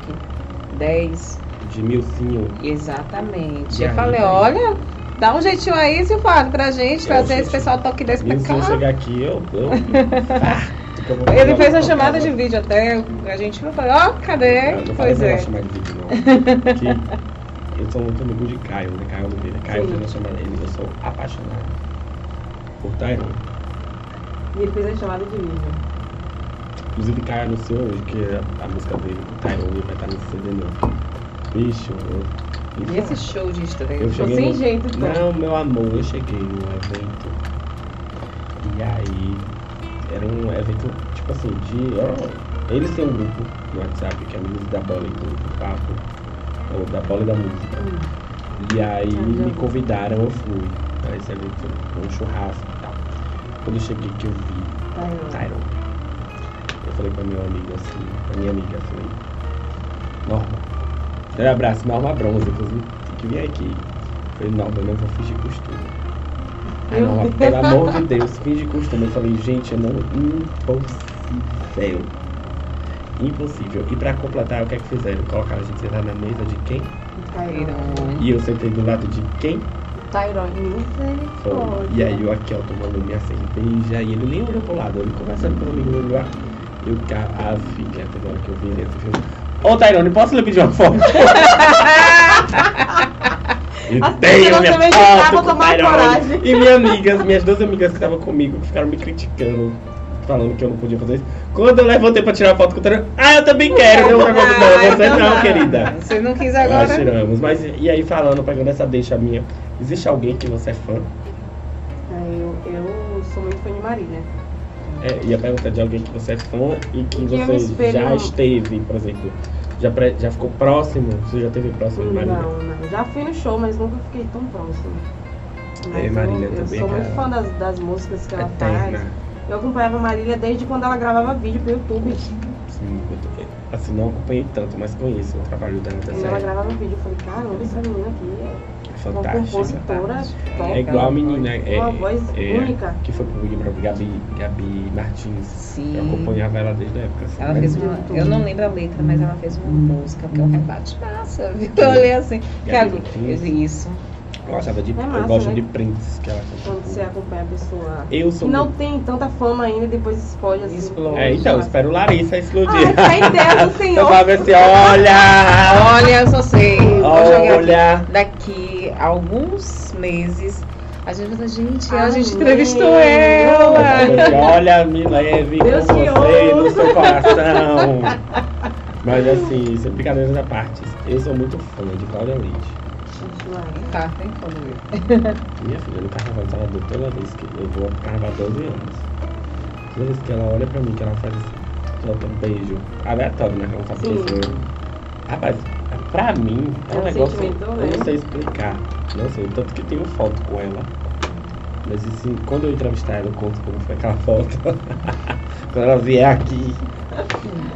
Speaker 2: 10.
Speaker 1: de Milcinho.
Speaker 2: Exatamente.
Speaker 1: E
Speaker 2: Eu
Speaker 1: aí,
Speaker 2: falei,
Speaker 1: aí?
Speaker 2: olha, dá um jeitinho aí, seu Farley, pra gente,
Speaker 1: É,
Speaker 2: trazer
Speaker 1: gente.
Speaker 2: esse pessoal do Toque 10 pra cá.
Speaker 1: Milcinho chegar aqui, eu. eu- Ah, que eu vou
Speaker 2: Ele
Speaker 1: falar
Speaker 2: fez a
Speaker 1: com
Speaker 2: chamada de
Speaker 1: calma.
Speaker 2: vídeo até, a gente não falou, ó, cadê?
Speaker 1: Eu não falei
Speaker 2: pois
Speaker 1: pra ela
Speaker 2: é.
Speaker 1: chamar de vídeo, não. Que eu sou muito amigo de Caio, né? Caio Oliveira. Caio
Speaker 4: Sim.
Speaker 1: fez a chamada dele. Eu sou apaixonado por Tyron.
Speaker 4: E ele fez a chamada de vídeo.
Speaker 1: Inclusive, Caio anunciou hoje que a, a música dele, do Tyron, ele vai estar no CD novo. Bicho, eu.
Speaker 2: E esse show de estreia?
Speaker 1: Eu
Speaker 4: Tô
Speaker 1: cheguei
Speaker 4: sem
Speaker 1: no-
Speaker 4: jeito, tô.
Speaker 1: Não, meu amor, eu cheguei no evento. E aí, era um evento, tipo assim, de. ó, eles têm um grupo no WhatsApp que é amigos da bola e do papo. Ou é da bola e da música. E aí
Speaker 4: Ah, já vi.
Speaker 1: me convidaram, eu fui. Aí esse evento, um churrasco e tal. Quando eu cheguei que eu vi
Speaker 4: Tá, eu-
Speaker 1: Tyron. Eu falei pra meu amigo assim, pra minha amiga, eu falei, Norma, dá um abraço, Norma Bronze, inclusive, tem que vir aqui. Eu falei, Norma, eu não vou fingir costume. Aí
Speaker 4: Meu
Speaker 1: Norma,
Speaker 4: Deus.
Speaker 1: pelo amor de Deus, finge costume. Eu falei, gente, eu não. Impossível. Impossível. E pra completar, o que é que fizeram? Colocaram a gente sentar na mesa de quem?
Speaker 4: Tyrone.
Speaker 1: E eu sentei do lado de quem?
Speaker 4: Tyrone.
Speaker 1: Foi.
Speaker 4: Misericórdia.
Speaker 1: E aí eu aqui, ó, tomando minha cerveja, e ele nem olhou pro lado, ele conversando com o amigo meu lá. Eu cá, ah, fica, até agora que eu vi ele, eu falei, Ô, Tairone, posso lhe pedir uma foto? E
Speaker 4: As
Speaker 1: tenho
Speaker 4: pessoas
Speaker 1: minha
Speaker 4: também precisavam
Speaker 1: foto com o
Speaker 4: tomar
Speaker 1: Tairone.
Speaker 4: coragem.
Speaker 1: E minhas amigas, minhas duas amigas que estavam comigo, que ficaram me criticando, falando que eu não podia fazer isso. Quando eu levantei pra tirar foto com o Tairone, ah, eu também quero, deu um negócio, não, você não, querida.
Speaker 2: Você não quis
Speaker 1: Nós
Speaker 2: agora?
Speaker 1: tiramos. Mas e aí falando, pegando essa deixa minha, existe alguém que você é fã?
Speaker 4: Aí eu, eu sou muito fã de né? Marília.
Speaker 1: É, ia perguntar de alguém que você é fã e que
Speaker 4: Que eu me
Speaker 1: você
Speaker 4: espelho
Speaker 1: já
Speaker 4: no-
Speaker 1: esteve, por exemplo. Já, pre- já ficou próximo? Você já esteve próximo de Marília?
Speaker 4: Não, não. Já fui no show, mas nunca fiquei tão próximo.
Speaker 1: É,
Speaker 4: eu-
Speaker 1: Marília
Speaker 4: eu,
Speaker 1: também, É
Speaker 4: sou
Speaker 1: cara.
Speaker 4: muito fã das, das músicas
Speaker 2: É
Speaker 4: que ela faz.
Speaker 2: né?
Speaker 1: Eterna.
Speaker 4: Eu acompanhava a Marília desde quando ela gravava vídeo pro YouTube.
Speaker 1: Sim, eu tô- assim, não acompanhei tanto, mas conheço o trabalho dela, tá
Speaker 4: Quando ela
Speaker 1: certo?
Speaker 4: gravava vídeo, eu falei, caramba, essa menina aqui
Speaker 1: É
Speaker 4: é uma
Speaker 1: fantástica.
Speaker 4: compositora
Speaker 1: É
Speaker 4: top.
Speaker 1: igual a menina é,
Speaker 4: né? Uma voz
Speaker 1: é,
Speaker 4: única.
Speaker 1: que foi pro Big Brother, Gabi, Gabi Martins. Eu
Speaker 4: Hum.
Speaker 2: Sim.
Speaker 1: acompanhava ela desde a época. assim,
Speaker 2: Ela
Speaker 1: né?
Speaker 2: fez uma. Eu não lembro a letra, mas ela fez uma música, que é um rebate massa, viu? Eu olhei assim. Que
Speaker 1: Gabi
Speaker 2: agora- eu
Speaker 1: Martins.
Speaker 2: vi isso.
Speaker 1: Eu gostava de.
Speaker 4: É
Speaker 1: eu
Speaker 4: massa,
Speaker 1: gosto
Speaker 4: né?
Speaker 1: de prints que ela
Speaker 4: Quando você
Speaker 1: cantou.
Speaker 4: acompanha a pessoa
Speaker 1: Eu
Speaker 4: que
Speaker 1: sou.
Speaker 4: não tem tanta fama ainda e depois explode assim.
Speaker 2: Explode.
Speaker 1: É, então, espero Larissa explodir.
Speaker 4: Ai, sem Deus do
Speaker 1: Eu
Speaker 4: Senhor.
Speaker 1: falava assim, olha!
Speaker 2: Olha, eu só sei. Vou jogar aqui.
Speaker 1: Olha!
Speaker 2: Daqui a alguns meses, a gente vai dizer, gente, a
Speaker 4: Ai,
Speaker 2: gente entrevistou
Speaker 4: meu.
Speaker 1: Eu
Speaker 2: ela.
Speaker 1: falava assim, Olha, me leve com
Speaker 4: Deus que
Speaker 1: você no
Speaker 4: ouça.
Speaker 1: seu coração. Mas assim, sem brincadeiras à parte, eu sou muito fã de Cláudia Leite.
Speaker 2: Tá, tem como ver.
Speaker 1: Minha filha, no carnaval de Salvador, toda vez que eu vou pro carnaval há 12 anos, toda vez que ela olha pra mim, que ela faz assim, solta um beijo, aleatório, né? que Ela não sabe quem
Speaker 4: Sim.
Speaker 1: sou eu. Rapaz, Pra mim, é
Speaker 4: É
Speaker 1: um
Speaker 4: um
Speaker 1: negócio.
Speaker 4: sentimento,
Speaker 1: Eu
Speaker 4: né?
Speaker 1: não sei explicar. Não sei, tanto que tenho foto com ela. Mas assim, quando eu entrevistar ela, eu conto como foi aquela foto. quando ela vier aqui,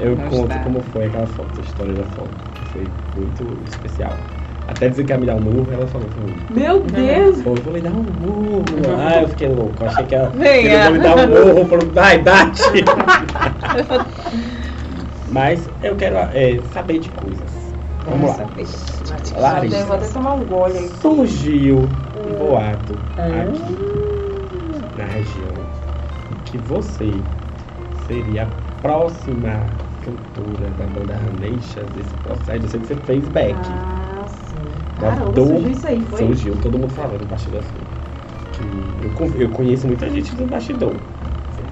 Speaker 1: eu
Speaker 2: Não
Speaker 1: conto
Speaker 2: está.
Speaker 1: como foi aquela foto, a história da foto. Foi muito especial. Até desencaminhar o murro, ela falou pra mim.
Speaker 4: Meu Deus!
Speaker 1: Pô, eu vou lhe dar um murro. Ah, eu fiquei louco. Achei que ela
Speaker 2: Venha.
Speaker 1: queria me dar um murro. Falou, vai, bate. Mas eu quero é, saber de coisas. Vamos lá.
Speaker 2: Essa vez.
Speaker 1: Larissa.
Speaker 4: Eu vou até tomar um gole aí.
Speaker 1: Surgiu um boato
Speaker 2: Hum?
Speaker 1: aqui
Speaker 2: Ah,
Speaker 1: na região que você seria a próxima cantora da banda Raneixas desse processo. Eu sei que você fez back.
Speaker 4: Ah, sim.
Speaker 1: Mas
Speaker 4: Caramba,
Speaker 1: dou-
Speaker 4: surgiu isso aí, foi?
Speaker 1: Surgiu todo mundo falando no bastidor assim. Que eu, con- eu conheço muita gente do bastidor.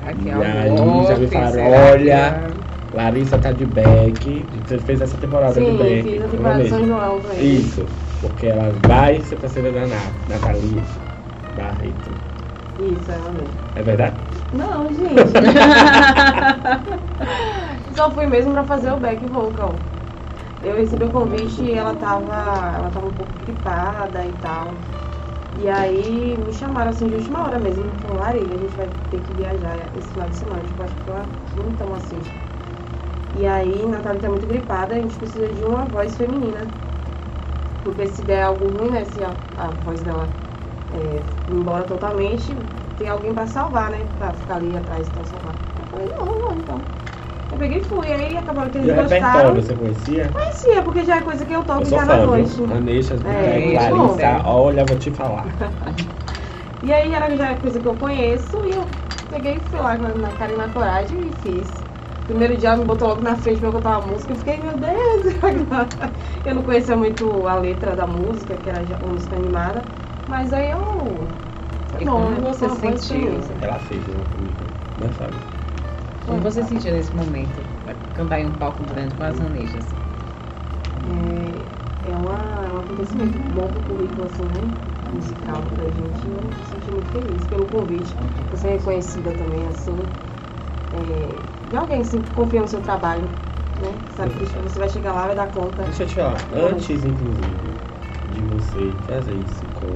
Speaker 2: será que
Speaker 1: E
Speaker 2: é
Speaker 1: aí,
Speaker 2: um golpe?
Speaker 1: já me falaram,
Speaker 2: Será que
Speaker 1: olha,
Speaker 2: é-
Speaker 1: Larissa tá de back. Você fez essa temporada
Speaker 4: Sim,
Speaker 1: de back.
Speaker 4: fiz a
Speaker 1: não é
Speaker 4: temporada de
Speaker 1: mesmo?
Speaker 4: São João pra ele.
Speaker 1: Isso, porque ela vai ser parceira da Na- Nathalie Barreto.
Speaker 4: Isso, é mesmo.
Speaker 1: É verdade?
Speaker 4: Não, gente. Só fui mesmo pra fazer o back vocal. Eu recebi o convite e ela tava, ela tava um pouco gripada e tal. E aí me chamaram assim de última hora mesmo. Falaram, Lari, a gente vai ter que viajar esse final de semana, tipo, acho que pela quinta ou assim. E aí, Natália tá muito gripada, a gente precisa de uma voz feminina. Porque se der algo ruim, né, se a, a voz dela é, ir embora totalmente, tem alguém pra salvar, né, pra ficar ali atrás e tal, salvar. Eu falei, não, eu vou então. Eu peguei e fui, aí acabaram que
Speaker 1: E o
Speaker 4: eles gostaram.
Speaker 1: repertório você conhecia?
Speaker 4: Mas sim, é porque já é coisa que eu toco
Speaker 1: eu
Speaker 4: já
Speaker 1: sou
Speaker 4: na
Speaker 1: fã,
Speaker 4: noite.
Speaker 1: viu? Maneixas,
Speaker 4: É,
Speaker 1: Boteco,
Speaker 4: eu sou.
Speaker 1: Larissa, olha, vou te falar.
Speaker 4: E aí era já é coisa que eu conheço e eu peguei, fui lá na, na cara e na coragem e fiz. Primeiro dia ela me botou logo na frente pra eu cantar uma música, eu fiquei, meu Deus, e agora? eu não conhecia muito a letra da música, que era já uma música animada, mas aí eu.
Speaker 2: E
Speaker 4: Foi bom,
Speaker 2: como
Speaker 4: né?
Speaker 2: você
Speaker 4: Foi uma boa
Speaker 2: sentiu?
Speaker 4: experiência.
Speaker 1: Ela fez uma comigo, né, sabe?
Speaker 2: Como você sentiu nesse momento? Pra cantar em um palco grande com as anejas.
Speaker 4: É, é, uma, é um acontecimento bom pro currículo, assim, né? Musical pra gente. Eu me senti muito feliz pelo convite, por ser reconhecida também, assim. É, de alguém assim, que confia no seu trabalho, né? Sabe que você vai chegar lá, vai dar conta.
Speaker 1: Deixa eu te falar, antes, inclusive, de você fazer isso com,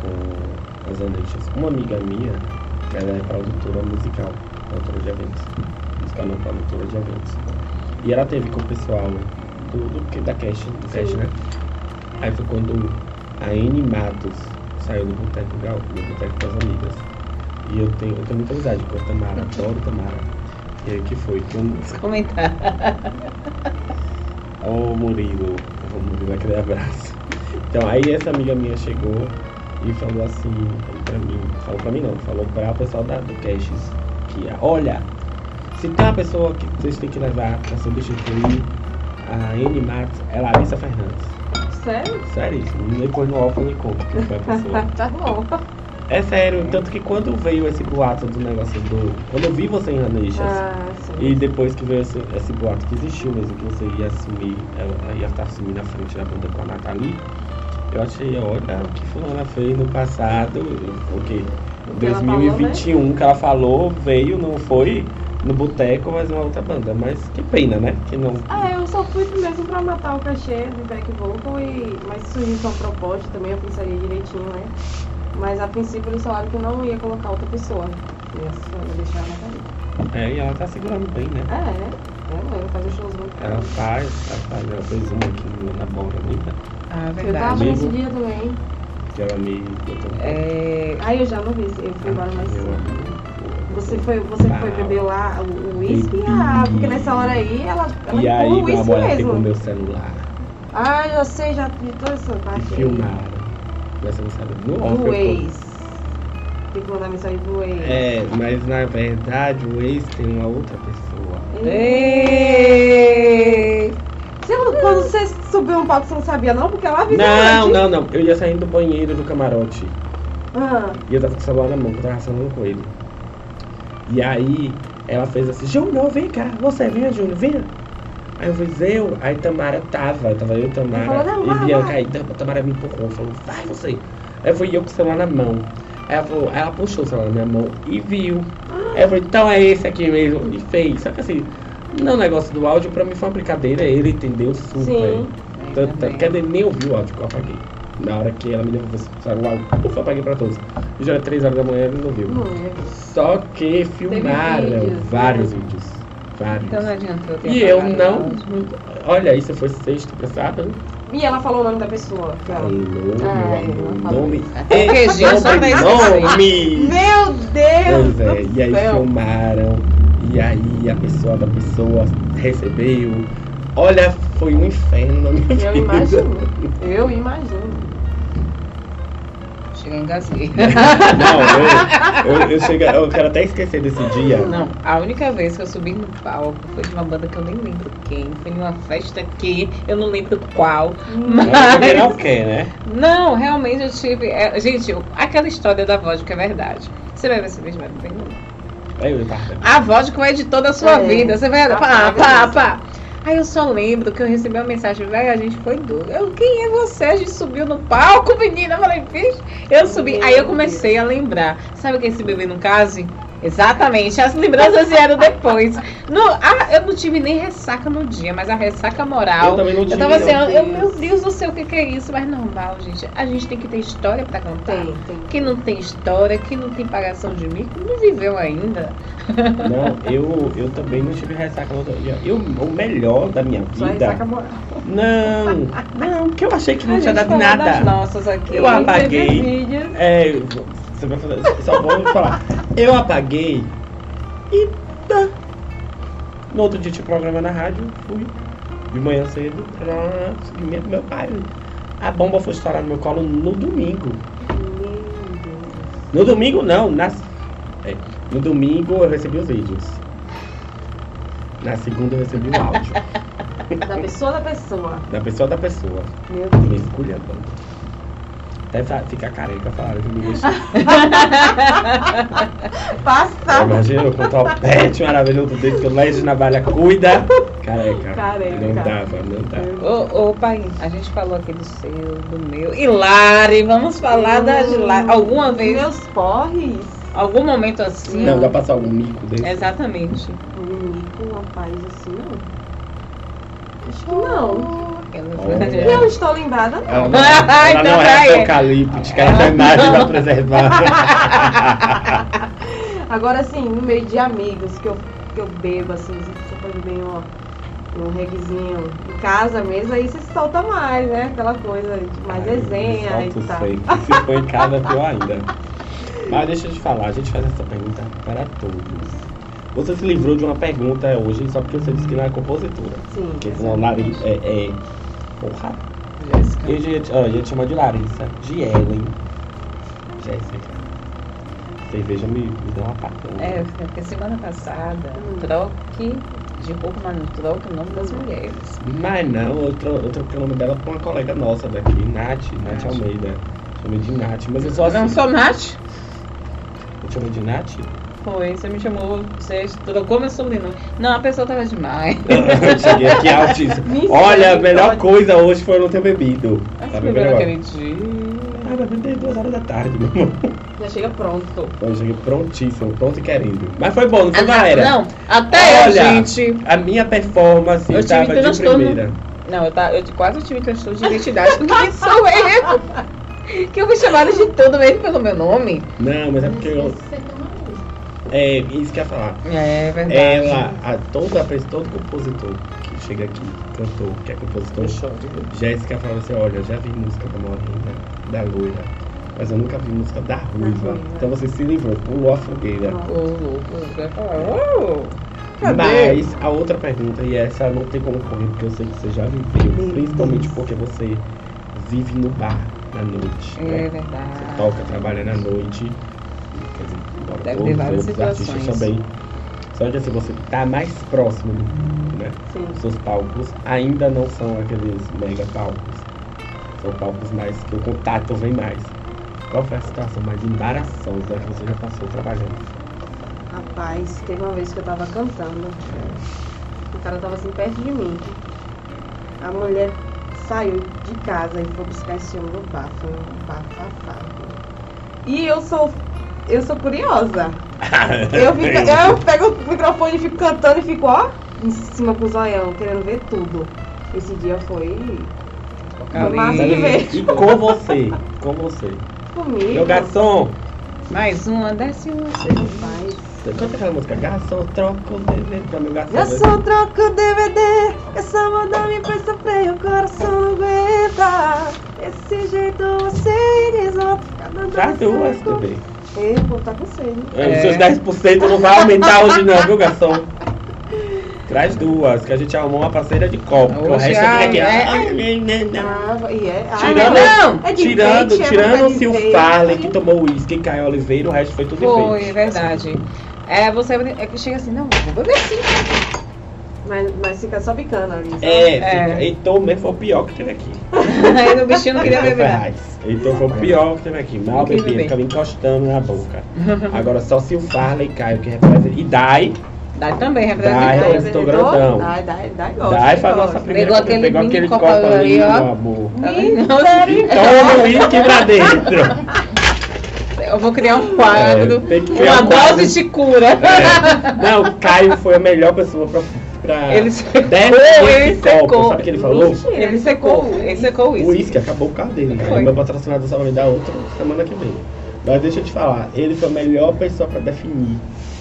Speaker 1: com as Aneixas, uma amiga minha, ela é produtora musical, produtora de eventos, musical não, produtora de eventos. E ela teve com o pessoal né, do, do, que- da Cash, do Cash,
Speaker 4: Sim.
Speaker 1: né? Aí foi quando a Anne Matos saiu do Boteco Gal, do Boteco das Amigas. E eu tenho, eu tenho muita amizade com a Tamara, adoro Tamara. E aí que foi? Que eu-
Speaker 2: Comentar.
Speaker 1: Ô Murilo, ô Murilo, aquele abraço. Então, aí essa amiga minha chegou e falou assim pra mim, falou pra mim não, falou pra o pessoal da, do Caches, que é, olha, se tá a pessoa que vocês têm que levar pra substituir a Anne Matos, é Larissa Fernandes.
Speaker 4: Sério?
Speaker 1: Sério, isso, nem quando o Alfa nem conta que foi a pessoa.
Speaker 4: Tá bom.
Speaker 1: É sério, tanto que quando veio esse boato do negócio do. Quando eu vi você em Raneixas,
Speaker 4: Ah, sim.
Speaker 1: e depois que veio esse, esse boato que existiu mesmo, que você ia assumir, ela ia estar assumindo a frente da banda com a Nathalie, eu achei, olha, o que fulana fez no passado, o que?
Speaker 4: O que ela falou, né?
Speaker 1: 2021 que ela falou, veio, não foi no boteco, mas uma outra banda. Mas que pena, né? Que não.
Speaker 4: Ah, eu só fui mesmo pra matar o cachê do back vocal e. Mas se surgisse uma proposta também, eu pensaria direitinho, né? Mas a princípio eles falaram que eu não ia colocar outra pessoa. Eu Ia só deixar ela pra mim.
Speaker 1: É, e ela tá segurando bem, né?
Speaker 4: É, é, é, ela faz os shows muito
Speaker 1: Ela
Speaker 4: bons.
Speaker 1: faz, ela faz, ela fez uma aqui na Bora, lembra?
Speaker 2: Ah,
Speaker 4: Eu tava
Speaker 2: verdade.
Speaker 4: nesse dia também.
Speaker 1: Que ela me botou.
Speaker 2: É,
Speaker 4: Aí eu já não vi, eu fui embora mais
Speaker 1: Eu-
Speaker 4: cedo. Você foi, você foi beber lá o o uísque? Ah, porque nessa hora aí ela, ela
Speaker 1: E aí,
Speaker 4: empurra o
Speaker 1: meu
Speaker 4: uísque
Speaker 1: amor, ela pegou
Speaker 4: mesmo.
Speaker 1: meu celular.
Speaker 4: Ah, eu sei já de toda essa
Speaker 1: E
Speaker 4: parte aí.
Speaker 1: filmaram. Mas você não sabe no off
Speaker 4: Do
Speaker 1: eu
Speaker 4: ex. Tem que mandar mensagem do
Speaker 1: conto.
Speaker 4: ex.
Speaker 1: É, mas na verdade o ex tem uma outra pessoa.
Speaker 2: É. Ei!
Speaker 4: Você, não- quando você subiu um palco, você não sabia não? Porque ela avisou
Speaker 1: É.
Speaker 4: né?
Speaker 1: Não,
Speaker 4: antes.
Speaker 1: não, não. Eu ia saindo do banheiro do camarote.
Speaker 4: Ah,
Speaker 1: E eu tava com o celular na mão, que eu tava falando com ele. E aí ela fez assim, Júnior, vem cá, você, venha, Júnior, venha. Aí eu fiz eu, aí Tamara tava, tava eu, Tamara
Speaker 4: Ela falou, "Não,
Speaker 1: e
Speaker 4: vai,
Speaker 1: Bianca.
Speaker 4: vai."
Speaker 1: Aí Tam- Tamara me empurrou, falou, vai você. Aí fui eu com o celular na mão. Aí ela, falou, aí ela puxou o celular na minha mão e viu.
Speaker 4: Ah.
Speaker 1: Aí eu falei, então é esse aqui mesmo. E fez. Só que assim, no negócio do áudio, pra mim foi uma brincadeira, ele entendeu super.
Speaker 4: sim.
Speaker 1: Tanto, tanto
Speaker 2: também.
Speaker 1: que a Dani nem ouviu o áudio que eu apaguei. Na hora que ela me levou, você sabe, o áudio, puf, eu apaguei pra todos. E já era 3 horas da manhã ela não ouviu.
Speaker 4: Não é. lembro.
Speaker 1: Só que filmaram
Speaker 4: vídeos, né? é
Speaker 1: vários vídeos. Vários.
Speaker 2: Então não adianta eu um ter
Speaker 1: e eu
Speaker 2: apagado
Speaker 1: não.
Speaker 2: o áudio.
Speaker 1: Olha, isso foi sexto pra sábado.
Speaker 4: E ela falou o nome da pessoa. que ela- Ah,
Speaker 1: Alô,
Speaker 4: eu
Speaker 1: meu amor.
Speaker 4: não falo
Speaker 1: Nome. é
Speaker 2: Até porque Gil só fez isso aí.
Speaker 1: Nome!
Speaker 4: Meu Deus!
Speaker 1: Pois é,
Speaker 4: do
Speaker 1: e aí
Speaker 4: céu.
Speaker 1: filmaram, e aí a pessoa da pessoa recebeu. Olha, foi um inferno na minha
Speaker 4: Eu
Speaker 1: vida.
Speaker 4: imagino. Eu imagino.
Speaker 2: Chega engasguei.
Speaker 1: Não, eu, eu, eu, chego- eu quero até esquecer desse dia.
Speaker 2: Não, a única vez que eu subi no palco foi de uma banda que eu nem lembro quem. Foi numa festa que eu não lembro qual.
Speaker 1: Mas
Speaker 2: Mas-
Speaker 1: também não quer, né?
Speaker 2: Não, realmente eu tive. é, gente, eu- aquela história da vodka é verdade. Você vai ver se mesmo bem não.
Speaker 1: Aí eu parto.
Speaker 2: A vodka vai de toda a sua
Speaker 4: É.
Speaker 2: vida. Você vai.
Speaker 4: Ah,
Speaker 2: Pá,
Speaker 4: sabe
Speaker 2: pá,
Speaker 4: disso.
Speaker 2: pá. Aí eu só lembro que eu recebi uma mensagem, velho, a gente foi duro. Eu, quem é você? A gente subiu no palco, menina. Eu falei, bicho, eu subi. Aí eu comecei a lembrar. Sabe quem se bebê no case? Exatamente, as lembranças vieram depois. No, ah, eu não tive nem ressaca no dia, mas a ressaca
Speaker 1: Eu
Speaker 2: moral
Speaker 1: também não
Speaker 2: eu
Speaker 1: tive.
Speaker 2: tava assim,
Speaker 1: não.
Speaker 2: eu, eu- meu Deus do céu, o que, que é isso? Mas normal, gente. A gente tem que ter história pra contar.
Speaker 4: Tem, tem.
Speaker 2: Quem não tem história, quem não tem pagação de mico, não viveu ainda.
Speaker 1: Não, eu, eu também não tive ressaca no outro dia. Eu, o melhor da minha
Speaker 4: Só
Speaker 1: vida.
Speaker 4: ressaca moral.
Speaker 1: Não, não, que eu achei que não
Speaker 2: A
Speaker 1: tinha
Speaker 2: gente
Speaker 1: dado
Speaker 2: falou
Speaker 1: nada.
Speaker 2: das nossas aqui. né?
Speaker 1: Eu apaguei.
Speaker 2: Teve vídeo.
Speaker 1: É, você vai fazer. Só vou falar. Eu apaguei e tá. No outro dia tinha programa na rádio, fui. De manhã cedo, pra seguimento do meu pai. A bomba foi estourar no meu colo no domingo. No domingo não, nas... é, no domingo eu recebi os vídeos. Na segunda eu recebi o áudio.
Speaker 4: Da pessoa da pessoa.
Speaker 1: da pessoa da pessoa.
Speaker 4: Meu
Speaker 1: Me esculhando. Até fa- ficar careca falaram que me deixou.
Speaker 4: É Passa.
Speaker 1: Imagina eu com o topete maravilhoso dele, que o Led Navalha cuida. Careca.
Speaker 4: Careca.
Speaker 1: Não dava, não dava.
Speaker 2: Ô, ô, pai, a gente falou aqui do seu, do meu. E Lari, vamos falar das Lari. Alguma vez,
Speaker 4: Meus porres.
Speaker 2: algum momento assim.
Speaker 1: Não, dá pra passar algum mico desse?
Speaker 2: É. Exatamente.
Speaker 4: O mico não faz assim, não. Acho que não.
Speaker 1: Olha.
Speaker 2: É.
Speaker 4: Não estou lembrada, não.
Speaker 1: Ela não,
Speaker 2: Ah,
Speaker 1: ela
Speaker 2: então
Speaker 1: não
Speaker 2: tá aí.
Speaker 1: é apocalíptica, ela tem imagem pra preservar.
Speaker 4: Agora assim, no meio de amigos que eu, que eu bebo, assim, você pode bem ó, um reguezinho em casa mesmo, aí você se solta mais, né? Aquela coisa de mais resenha
Speaker 1: Ai,
Speaker 4: e
Speaker 1: solta o
Speaker 4: tal.
Speaker 1: fake. Se for em casa, pior ainda. Mas deixa eu te falar, a gente faz essa pergunta para todos. Você se livrou de uma pergunta hoje só porque você disse que não é compositora.
Speaker 4: Sim.
Speaker 1: Porque senão Larissa é, é. Porra, Eu já ia, te- ó, eu ia te chamar de Larissa, de Ellen, Jéssica. Cerveja me, me deu uma patada.
Speaker 2: É, porque semana passada,
Speaker 4: Hum.
Speaker 2: troque de roupa, mas não troque o nome das mulheres.
Speaker 1: Mas não, eu, tro eu troquei o nome dela pra uma colega nossa daqui, Nath, Nath,
Speaker 2: Nath.
Speaker 1: Almeida. Chamei de Nath, mas eu só assim.
Speaker 2: Não sou Nath?
Speaker 1: Eu chamei de Nath?
Speaker 2: Foi, você me chamou, você trocou meu sobrenome. Não, a pessoa tava demais.
Speaker 1: eu cheguei aqui altíssimo.
Speaker 4: Me
Speaker 1: Olha, a
Speaker 4: segue,
Speaker 1: melhor
Speaker 4: pode.
Speaker 1: coisa hoje foi eu não ter bebido.
Speaker 2: Mas
Speaker 1: Tá
Speaker 2: que
Speaker 1: bebendo agora?
Speaker 2: bebeu naquele dia.
Speaker 1: Ah, bebi desde duas horas da tarde, meu amor.
Speaker 4: Já chega pronto.
Speaker 1: Então eu cheguei prontíssimo, pronto e querendo. Mas foi bom, não foi,
Speaker 2: Ah,
Speaker 1: galera?
Speaker 2: Não, até
Speaker 1: Olha.
Speaker 2: eu, gente.
Speaker 1: A minha performance
Speaker 2: Eu tive
Speaker 1: estava de
Speaker 2: transtorno.
Speaker 1: primeira.
Speaker 2: Não, eu, tá, eu quase tive transtorno de identidade, porque sou eu. Que eu fui chamada de tudo mesmo pelo meu nome.
Speaker 1: Não, mas é porque eu. É, isso que eu ia falar.
Speaker 2: É verdade.
Speaker 1: Ela, a, toda, a pessoa- todo compositor que chega aqui, cantor, que é compositor, Jéssica fala assim: olha, já vi música da Morena, da Loira, mas eu nunca vi música da Ruiva.
Speaker 4: Ruiva.
Speaker 1: Então você se livrou, pulou a fogueira.
Speaker 4: Nossa.
Speaker 2: Ô, louco, eu ia falar,
Speaker 1: Oh.
Speaker 2: ô, cadê?
Speaker 1: Mas a outra pergunta, e essa não tem como correr, porque eu sei que você já viveu,
Speaker 4: Meu
Speaker 1: principalmente
Speaker 4: Deus.
Speaker 1: porque você vive no bar na noite. né?
Speaker 2: É verdade.
Speaker 1: Você toca, trabalha na noite. Quer dizer, embora
Speaker 2: Deve ter
Speaker 1: todos os
Speaker 2: várias
Speaker 1: outros artistas
Speaker 2: situações.
Speaker 1: também. Só que assim, você tá mais próximo do público, né?
Speaker 4: Sim.
Speaker 1: Os seus palcos ainda não são aqueles mega palcos. São palcos mais que o contato vem mais. Qual foi a situação mais embaraçosa que você já passou trabalhando?
Speaker 4: Rapaz, teve uma vez que eu tava cantando. O cara tava assim perto de mim. A mulher saiu de casa e foi buscar esse homem no bar. Foi um bafafá. E eu sou. Eu sou curiosa. Eu, fico- eu pego o microfone e fico cantando e fico, ó, em cima com o zoião, querendo ver tudo. Esse dia foi
Speaker 2: Ali.
Speaker 4: máximo de verde.
Speaker 1: E com você, com você.
Speaker 4: Comigo.
Speaker 1: Meu garçom,
Speaker 2: Mais uma, desce uma. Cê.
Speaker 4: Rapaz.
Speaker 1: canta aquela música. Garçom, troca o bebê pra meu garçom.
Speaker 4: Eu só troco o DVD, essa moda me faz sofrer, o coração não aguenta. Desse jeito você desmonta. Cada
Speaker 1: Tá
Speaker 4: dia
Speaker 1: duas,
Speaker 4: você
Speaker 1: bebê.
Speaker 4: com- Ei, o povo tá com sede.
Speaker 1: É, Os seus
Speaker 2: É.
Speaker 1: 10% não vai aumentar hoje não, viu, garçom? Traz duas, que a gente arrumou uma parceira de copo. que o
Speaker 2: Hoje,
Speaker 1: resto
Speaker 2: ai,
Speaker 1: é aqui.
Speaker 2: é.
Speaker 1: Ai, ai, ai, ai, ai.
Speaker 4: Ah, e é. Ah,
Speaker 1: Tirando,
Speaker 2: não,
Speaker 4: é de
Speaker 1: tirando,
Speaker 4: frente, é
Speaker 1: tirando-se o
Speaker 4: pra dizer.
Speaker 1: Farley que tomou uísque e Caio Oliveira, o resto foi tudo
Speaker 2: Foi,
Speaker 1: enfeite.
Speaker 2: verdade. É, você é que chega assim, não, eu vou beber sim.
Speaker 4: Mas, mas fica só picando ali. sabe?
Speaker 1: É,
Speaker 2: É.
Speaker 1: é. Heitor mesmo foi o pior que teve aqui.
Speaker 2: Aí o bichinho não é queria beber. nada.
Speaker 1: Ferraz. Heitor foi o pior que teve aqui. Mal
Speaker 2: Não quis
Speaker 1: bebia,
Speaker 2: beber.
Speaker 1: ficava encostando na boca. Agora só se o Farley e Caio que representa. E Dai,
Speaker 2: Dá também, né?
Speaker 4: Dá,
Speaker 1: Dá, eu
Speaker 2: representante.
Speaker 1: estou
Speaker 4: dá,
Speaker 1: grandão.
Speaker 4: Dá, dá, dá, gosta,
Speaker 1: Dai faz
Speaker 4: gosta.
Speaker 1: nossa primeira.
Speaker 2: Pegou aquele
Speaker 1: pegou
Speaker 2: mini
Speaker 1: aquele
Speaker 2: copo
Speaker 1: copo ali,
Speaker 2: ali, ó.
Speaker 1: meu amor. Então, Toma o
Speaker 4: Misericórdia.
Speaker 1: uísque pra dentro.
Speaker 2: Eu vou criar um quadro.
Speaker 1: É, tem que criar
Speaker 2: uma
Speaker 1: um quadro.
Speaker 2: dose te cura.
Speaker 1: É. Não, Caio foi a melhor pessoa pra. pra
Speaker 2: Ele secou,
Speaker 1: desse
Speaker 2: ele
Speaker 1: copo.
Speaker 2: secou.
Speaker 1: Sabe o que ele falou?
Speaker 4: Mentira,
Speaker 2: Ele secou,
Speaker 4: o-
Speaker 2: ele secou o
Speaker 1: O
Speaker 2: uísque.
Speaker 1: uísque acabou o carro dele, cara.
Speaker 2: Foi.
Speaker 1: Meu patrocinador só vai me dar outro semana que vem. Mas deixa eu te falar, ele foi a melhor pessoa pra definir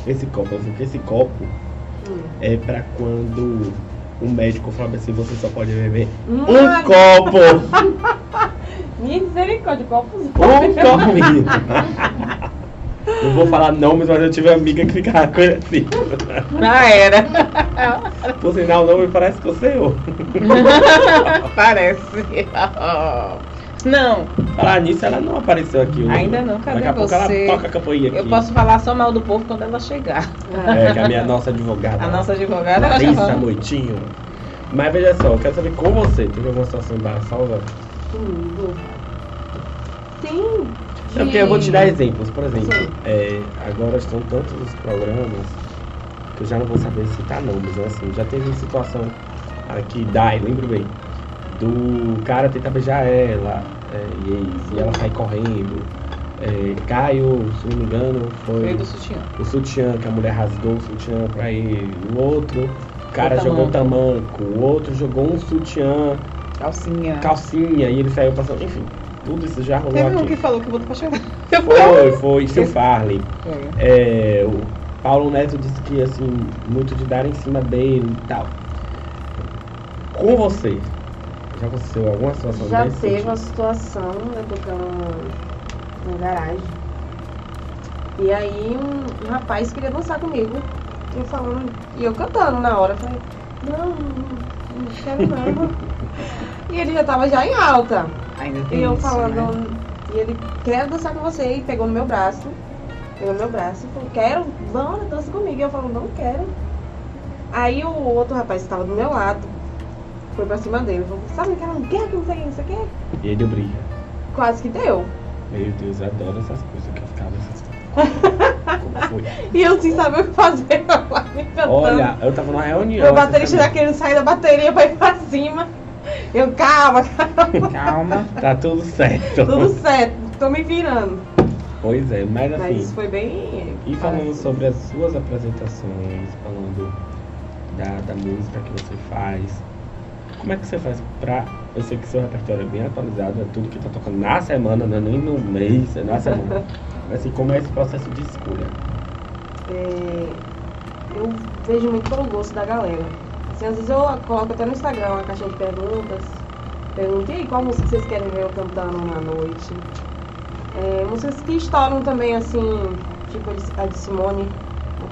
Speaker 1: esse copo. Assim, Porque esse copo
Speaker 4: Hum.
Speaker 1: é pra quando o médico fala assim, você só pode beber
Speaker 4: Hum,
Speaker 1: um
Speaker 4: ai,
Speaker 1: copo!
Speaker 4: Misericórdia, copos.
Speaker 1: Um copo, menino! Não vou falar nomes, mas eu tive uma amiga que ficava com ele assim.
Speaker 2: Já era.
Speaker 1: Por sinal, o nome parece que eu sei eu.
Speaker 2: Parece. Não,
Speaker 1: Falar nisso, ela não apareceu aqui. hoje.
Speaker 2: Ainda não, cadê
Speaker 1: Daqui a pouco
Speaker 2: você?
Speaker 1: ela toca a campainha aqui.
Speaker 2: eu posso falar só mal do povo quando ela chegar.
Speaker 1: É, que a minha nossa advogada.
Speaker 2: A nossa advogada, ela já
Speaker 1: Larissa
Speaker 2: falou.
Speaker 1: Moitinho. Mas veja só, eu quero saber com você. Teve alguma situação embaraçosa?
Speaker 4: Comigo. Tem.
Speaker 1: É porque eu vou te dar exemplos. Por exemplo,
Speaker 4: Sim.
Speaker 1: é, agora estão tantos os programas que eu já não vou saber citar nomes. Né? Assim, já teve situação aqui, Dai, lembro bem, do cara tentar beijar ela é, e, aí- e ela sai correndo. É, Caio, se não me engano,
Speaker 2: Foi
Speaker 1: foi
Speaker 2: do sutiã.
Speaker 1: o sutiã, que a mulher rasgou o sutiã pra ele. O outro cara
Speaker 2: O
Speaker 1: jogou tamanco. O outro jogou um sutiã
Speaker 2: Calcinha.
Speaker 1: calcinha e ele saiu passando. Enfim, tudo isso já rolou
Speaker 2: Teve um
Speaker 1: aqui.
Speaker 2: que falou que eu "Ah, vou pra chegar.
Speaker 1: Foi, foi, seu Farley.
Speaker 2: Foi.
Speaker 1: É, o Paulo Neto disse que, assim, muito de dar em cima dele e tal. Com você, já aconteceu alguma situação
Speaker 4: Já
Speaker 1: desse?
Speaker 4: teve
Speaker 1: tipo?
Speaker 4: uma situação, né, eu tocando na garagem. E aí um, um rapaz queria dançar comigo. E eu falando, e eu cantando na hora, eu falei, não, não, não quero não. e ele já tava já em alta.
Speaker 2: é. Ainda tem
Speaker 4: E eu
Speaker 2: isso, né?
Speaker 4: falando, e ele quer dançar com você, e pegou no meu braço, pegou no meu braço e falou, quero, bora, dança comigo. E eu falo, não quero. Aí o outro rapaz que estava do meu lado foi pra cima dele, falou, sabe que ela não quer, que não sei o que, não sei o que.
Speaker 1: E ele briga.
Speaker 4: Quase que deu.
Speaker 1: Meu Deus, eu adoro essas coisas que eu ficava assim. Como foi?
Speaker 4: E eu sem saber o que fazer, eu lá me cantando.
Speaker 1: Olha, eu tava numa reunião.
Speaker 4: meu
Speaker 1: essa
Speaker 4: baterista já
Speaker 1: semana.
Speaker 4: querendo sair da bateria pra ir pra cima. Eu, calma,
Speaker 2: Calma.
Speaker 1: Tá tudo certo.
Speaker 4: tudo certo, tô me virando.
Speaker 1: Pois é, mas assim.
Speaker 4: Mas foi bem.
Speaker 1: E falando sobre as suas apresentações, falando da, da música que você faz, como é que você faz pra. Eu sei que seu repertório é bem atualizado, é tudo que tá tocando na semana, não é nem no mês, é na semana. Mas assim, como é esse processo de escolha?
Speaker 4: É, eu vejo muito pelo gosto da galera. Assim, às vezes eu coloco até no Instagram uma caixinha de perguntas. Pergunto, e aí, qual música vocês querem ver eu cantando na noite? É, músicas que estouram também, assim, tipo a de- a de Simone,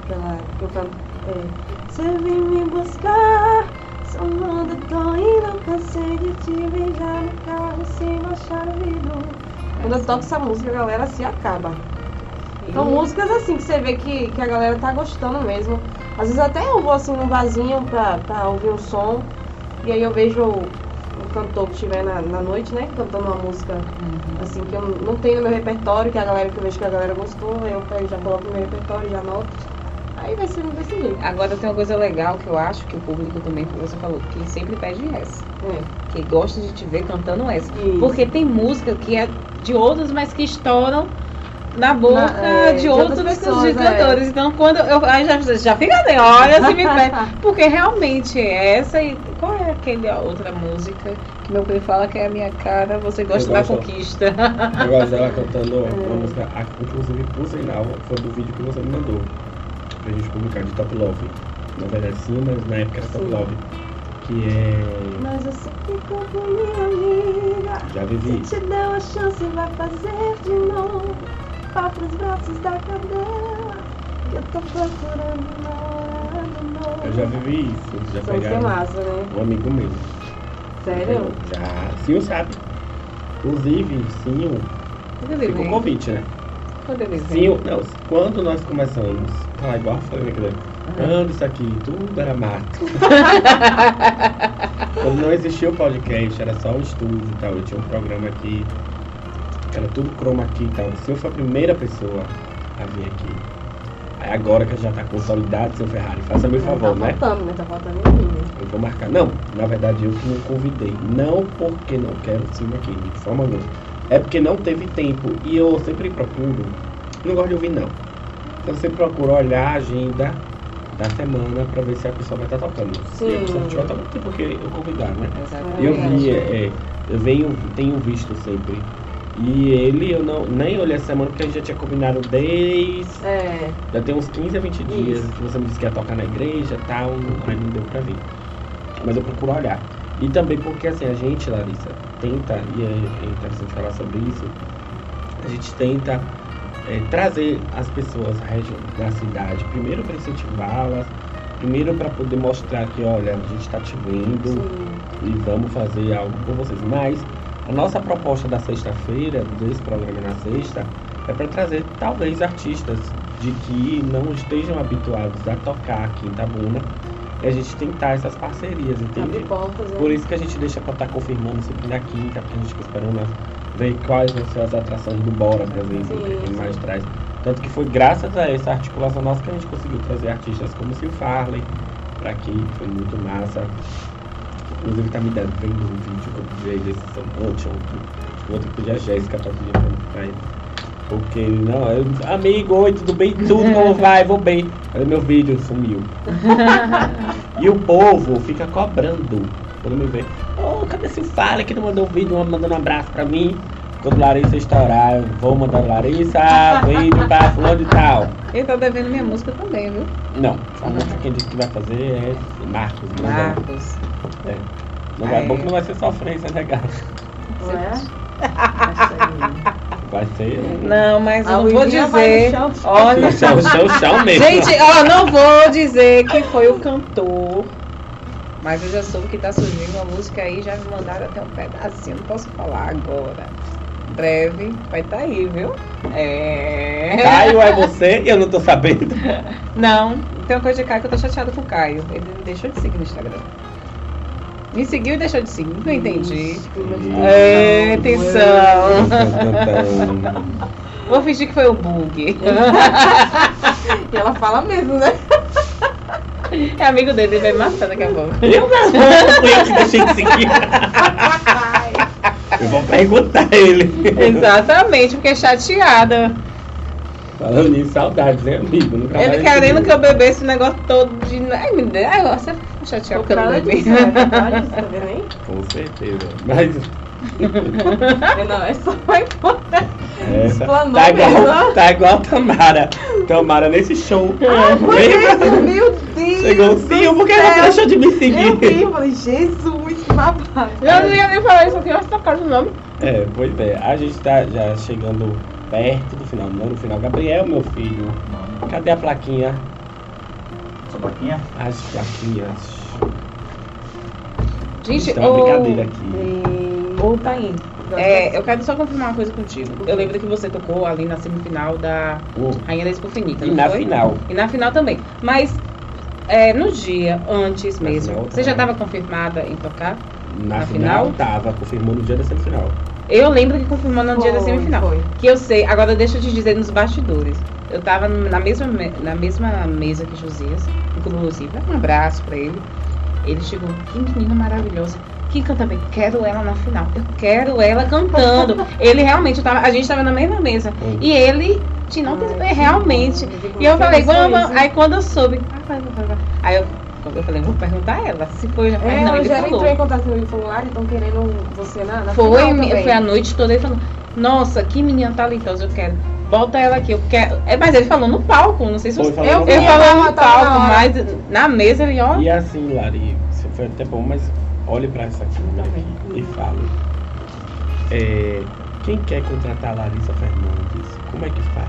Speaker 4: aquela que eu canto. É, Você vem me buscar, somando tô indo, cansei de te beijar no carro sem baixar o vidro. Quando eu toco essa música, a galera se acaba. Então, músicas assim que você vê que, que a galera tá gostando mesmo. Às vezes até eu vou assim num barzinho pra, pra ouvir um som. E aí eu vejo o, o cantor que estiver na, na noite, né? Cantando uma música
Speaker 2: Uhum.
Speaker 4: assim que eu não tenho no meu repertório, que é a galera que eu vejo que a galera gostou, eu pego, já coloco no meu repertório, já anoto. Aí vai sendo desse jeito.
Speaker 2: Agora tem uma coisa legal que eu acho que o público também, que você falou, que sempre pede essa.
Speaker 4: É.
Speaker 2: Que gosta de te ver cantando essa.
Speaker 4: E-
Speaker 2: Porque tem música que é de outras, mas que estouram na boca
Speaker 4: Na- é,
Speaker 2: de
Speaker 4: de
Speaker 2: outros
Speaker 4: outras pessoas, é.
Speaker 2: cantores. Então, quando eu. Aí já, já fica assim, olha se me pede. Porque realmente é essa. E qual é aquela outra música que meu pai fala que é a minha cara? Você gosta da
Speaker 1: gosto.
Speaker 2: conquista.
Speaker 1: Eu gosto dela cantando
Speaker 4: É.
Speaker 1: uma música, a- inclusive por sinal, foi do vídeo que você me mandou. Pra gente publicar de Top Love. Na verdade sim, mas na época era Top
Speaker 4: Sim.
Speaker 1: Love. Que é.
Speaker 4: Mas eu sei que quando minha amiga
Speaker 1: Já vivi.
Speaker 4: se te deu a chance, vai fazer de novo. Vá pros braços da cadeira. Eu tô procurando uma hora de novo.
Speaker 1: Eu já vivi isso, já
Speaker 4: São
Speaker 1: pegaram
Speaker 4: temaço, né?
Speaker 1: um amigo meu.
Speaker 4: Sério?
Speaker 1: Já. Sim, sabe. Inclusive, sim,
Speaker 2: Inclusive,
Speaker 1: fica o convite, né?
Speaker 2: quando eu me
Speaker 1: Sim, não, quando nós começamos a falar igual foi, né? Guilherme? Quando isso aqui tudo era mato. quando não existia o podcast, era só um estúdio e tal. Eu tinha um programa aqui, que era tudo chroma aqui e tal. O senhor foi a primeira pessoa a vir aqui. Aí agora que já tá consolidado, seu Ferrari, faça meu favor,
Speaker 4: tá
Speaker 1: né?
Speaker 4: faltando, né? Tá faltando em mim, né?
Speaker 1: Eu vou marcar. Não, na verdade eu que não convidei. Não porque não quero o Silvio aqui, de forma alguma. É porque não teve tempo. E eu sempre procuro. Não gosto de ouvir, não. Então você procura olhar a agenda da semana pra ver se a pessoa vai estar tocando. E a pessoa não estiver tocando, tem porque eu convidar, né?
Speaker 2: Exatamente.
Speaker 4: É
Speaker 1: Eu
Speaker 4: verdade.
Speaker 1: vi, é, é, eu venho, tenho visto sempre. E ele, eu não, nem olhei essa semana porque a gente já tinha combinado desde
Speaker 4: É.
Speaker 1: já tem uns 15 a 20 dias
Speaker 4: Isso.
Speaker 1: que você me disse que ia tocar na igreja e tal, aí não deu pra vir. Mas eu procuro olhar. E também porque assim, a gente, Larissa, tenta, e é é interessante falar sobre isso, a gente tenta é, trazer as pessoas da região- da cidade, primeiro pra incentivá-las, primeiro pra poder mostrar que, olha, a gente tá te vendo
Speaker 4: Sim.
Speaker 1: e vamos fazer algo por vocês. Mas a nossa proposta da sexta-feira, desse programa na sexta, é para trazer talvez artistas de que não estejam habituados a tocar aqui em Tabuna e a gente tentar essas parcerias,
Speaker 4: Abre
Speaker 1: entende?
Speaker 4: portas, né?
Speaker 1: Por isso que a gente deixa pra estar confirmando sempre na quinta, porque a gente fica esperando ver quais vão ser né, as atrações do Bora, por exemplo,
Speaker 4: Sim,
Speaker 1: que é quem
Speaker 4: sim.
Speaker 1: mais traz. Tanto que foi graças a essa articulação nossa que a gente conseguiu trazer artistas como Sil Farley pra aqui, que foi muito massa. Inclusive tá me devendo um vídeo que eu vi desse São ontem, ontem. Acho que eu vou ter que pedir a Jéssica tá pra pedir pra mim, pra ele. Porque não, eu, amigo, oi, tudo bem? Tudo como vai? Vou bem. Aí meu vídeo sumiu. E o povo fica cobrando quando me vê. Ô, cadê esse fala que não mandou um vídeo, uma mandando um abraço pra mim? Quando Larissa estourar, eu vou mandar Larissa, vídeo pra fulano e tal.
Speaker 2: Ele tá devendo minha música também, viu?
Speaker 1: Não, a música quem disse que vai fazer é Marcos. Não, vai-
Speaker 2: Marcos.
Speaker 1: não vai,
Speaker 2: É.
Speaker 1: bom que não vai ser sofrência, né, cara?
Speaker 4: Não é?
Speaker 1: Vai ser.
Speaker 2: Não, mas eu
Speaker 4: A
Speaker 2: não vou
Speaker 4: Luizinha Ah, vai
Speaker 2: dizer.
Speaker 4: no chão.
Speaker 2: Olha.
Speaker 1: Chão, chão, chão mesmo.
Speaker 2: Gente, ó, não vou dizer que foi o cantor. Mas eu já soube que tá surgindo uma música aí, já me mandaram até um pedacinho, não posso falar agora. Em Breve, vai tá aí, viu? É.
Speaker 1: Caio é você e eu não tô sabendo.
Speaker 2: Não, tem uma coisa de Caio que eu tô chateada com o Caio. Ele me deixou de seguir no Instagram. Me seguiu e deixou de seguir, não entendi.
Speaker 4: Isso, pelo amor de Deus.
Speaker 2: É,
Speaker 1: Então,
Speaker 2: atenção.
Speaker 1: então,
Speaker 2: Vou fingir que foi o bug.
Speaker 4: E ela fala mesmo, né?
Speaker 2: É amigo dele, ele vai me matar daqui a pouco.
Speaker 1: Eu mesmo, fui eu que deixei de seguir. Eu vou perguntar a ele.
Speaker 2: Exatamente, porque é chateada.
Speaker 1: Falando nisso, saudades, né, amigo? Nunca mais
Speaker 2: Ele querendo
Speaker 1: vi.
Speaker 2: que eu bebesse esse negócio todo de. Ai, me dê. Ai, você ficou chateado que eu não
Speaker 4: Fala
Speaker 2: bebi.
Speaker 4: disso, né? Fala disso, tá vendo aí?
Speaker 1: Com certeza. Mas
Speaker 4: Eu Não, é só importante.
Speaker 1: essa.
Speaker 4: Explanou
Speaker 1: Tá igual,
Speaker 4: mesmo.
Speaker 1: tá igual a Tamara. Tamara nesse show.
Speaker 2: Ah,
Speaker 1: Lembra?
Speaker 4: Meu Deus!
Speaker 1: Chegou o Sil, é por que você tá
Speaker 4: céu.
Speaker 1: deixou de me
Speaker 4: É. Eu vi,
Speaker 1: seguir?
Speaker 4: eu falei, Jesus, babado.
Speaker 2: Eu não ia nem falar isso aqui, eu acho que tá o nome.
Speaker 1: É, pois é. A gente tá já chegando perto do final. Não, no final. Gabriel, meu filho.
Speaker 3: Não,
Speaker 1: Cadê a plaquinha?
Speaker 3: Só plaquinha?
Speaker 1: As plaquinhas.
Speaker 2: Gente,
Speaker 1: Tem é uma
Speaker 2: ô,
Speaker 1: brincadeira aqui.
Speaker 2: ô, Thaís, é, eu quero só confirmar uma coisa contigo. Eu lembro que você tocou ali na semifinal da
Speaker 1: Uh,
Speaker 2: Rainha da Espofinita,
Speaker 1: e
Speaker 2: não
Speaker 1: na
Speaker 2: foi?
Speaker 1: final.
Speaker 2: E na final também. Mas é, no dia antes
Speaker 1: Na
Speaker 2: mesmo,
Speaker 1: final,
Speaker 2: você já
Speaker 1: tá.
Speaker 2: estava confirmada em tocar?
Speaker 1: Na,
Speaker 2: Na
Speaker 1: final,
Speaker 2: final?
Speaker 1: tava, confirmou no dia da semifinal.
Speaker 2: Eu lembro que confirmou no dia da
Speaker 4: Foi,
Speaker 2: semifinal.
Speaker 4: Foi.
Speaker 2: Que eu sei, agora deixa eu te dizer nos bastidores. Eu tava na mesma, me- na mesma mesa que Josias, inclusive, um abraço pra ele. Ele chegou, que menina maravilhosa. que canta bem. Quero ela na final. Eu quero ela cantando. ele realmente tava. A gente tava na mesma mesa. E ele tinha não tem-
Speaker 4: Hum. Ai,
Speaker 2: realmente.
Speaker 4: gente, como
Speaker 2: E eu
Speaker 4: que
Speaker 2: falei,
Speaker 4: aconteceu
Speaker 2: vamos.
Speaker 4: isso?
Speaker 2: Aí quando eu soube. ah, vai, vai, vai. Aí eu, eu falei, vou perguntar a ela. Se foi, já falei,
Speaker 4: É,
Speaker 2: não,
Speaker 4: eu
Speaker 2: ele
Speaker 4: já
Speaker 2: falou.
Speaker 4: entrou em contato comigo e falou, ah, estão querendo você na, na
Speaker 2: Foi,
Speaker 4: final
Speaker 2: me-
Speaker 4: também."
Speaker 2: foi a noite toda ele falando, nossa, que menina talentosa, eu quero. Bota ela aqui, eu quero. É, mas ele falou no palco, não sei se
Speaker 1: Foi,
Speaker 2: você.
Speaker 1: falou no
Speaker 2: ele
Speaker 1: palco.
Speaker 2: falou
Speaker 4: Ela
Speaker 2: no
Speaker 4: tava na
Speaker 2: palco,
Speaker 4: hora.
Speaker 2: mas na mesa ele, ó.
Speaker 1: E assim, Lari, você foi até bom, mas olhe pra essa câmera aqui né, e fale. É, quem quer contratar a Larissa Fernandes? Como é que faz?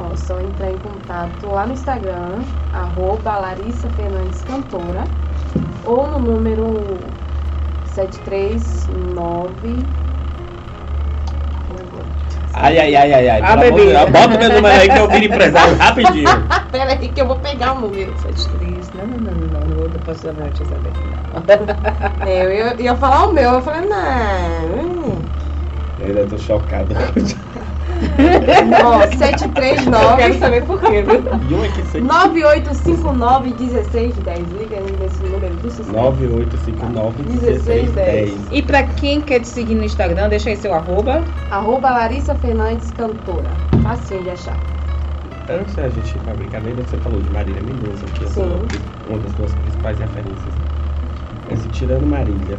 Speaker 4: Ó, é só entrar em contato lá no Instagram, arroba Larissa Fernandes Cantora, ou no número 739.
Speaker 1: Ai, ai, ai, ai, ai.
Speaker 2: Ah,
Speaker 1: pelo amor de
Speaker 2: bebê.
Speaker 1: Deus, Bota meu número aí que eu viro empresário rapidinho.
Speaker 4: Ah, pera aí que eu vou pegar o número.
Speaker 2: Não, não, não, não, não, não posso dar meu WhatsApp aqui, não.
Speaker 4: É, eu ia- ia falar o meu, eu falei, não. hum.
Speaker 1: Eu ainda tô chocado.
Speaker 4: Ó,
Speaker 2: Eu quero
Speaker 4: 739.
Speaker 2: saber por quê, viu?
Speaker 1: E um é que você
Speaker 4: 9859-1610. Liga nesse número do sistema.
Speaker 1: 9859
Speaker 4: 1610.
Speaker 2: E pra quem quer te seguir no Instagram, deixa aí seu arroba.
Speaker 4: Arroba Larissa Fernandes Cantora. Facinho de achar.
Speaker 1: Antes da gente ir pra brincadeira, né? você falou de Marília Mendonça, que é
Speaker 4: Sim.
Speaker 1: uma das suas principais referências. Mas tirando Marília,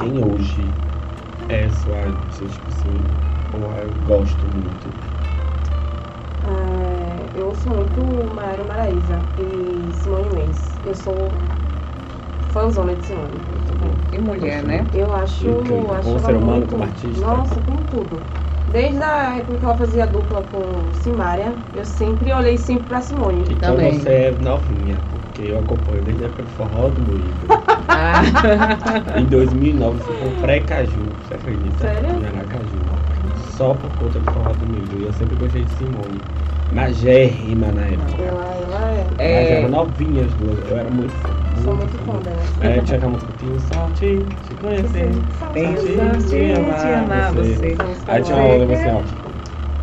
Speaker 1: quem hoje é sua, seu tipo assim, ou eu gosto muito?
Speaker 4: É, eu sou muito Maiara Maraísa e Simone Mendes. Eu sou fãzona de Simone.
Speaker 2: E mulher, né?
Speaker 4: Eu acho,
Speaker 1: Incrível.
Speaker 4: acho ela
Speaker 1: Como ser humano,
Speaker 4: muito...
Speaker 1: como artista.
Speaker 4: Nossa, como tudo. Desde a época que ela fazia dupla com Simária, eu sempre olhei sempre pra Simone.
Speaker 1: Então
Speaker 2: Também.
Speaker 1: você é novinha, porque eu acompanho desde a época do forró do Moído.
Speaker 2: Ah,
Speaker 1: em 2009 você foi um pré-caju, você acredita?
Speaker 4: Sério?
Speaker 1: Em Aracaju. Só por conta do forró do Moído. E eu sempre gostei de Simone. Magérrima na época.
Speaker 4: Ela, ela é.
Speaker 1: Mas
Speaker 2: é,
Speaker 1: era novinha as duas, eu era muito fã.
Speaker 4: Sou muito fã dela. É,
Speaker 1: É, tinha aquela música, tenho sorte de conhecer.
Speaker 2: tenho
Speaker 1: Sorte
Speaker 2: sorte
Speaker 1: de
Speaker 2: de amar você.
Speaker 1: Aí tinha uma outra assim, ó.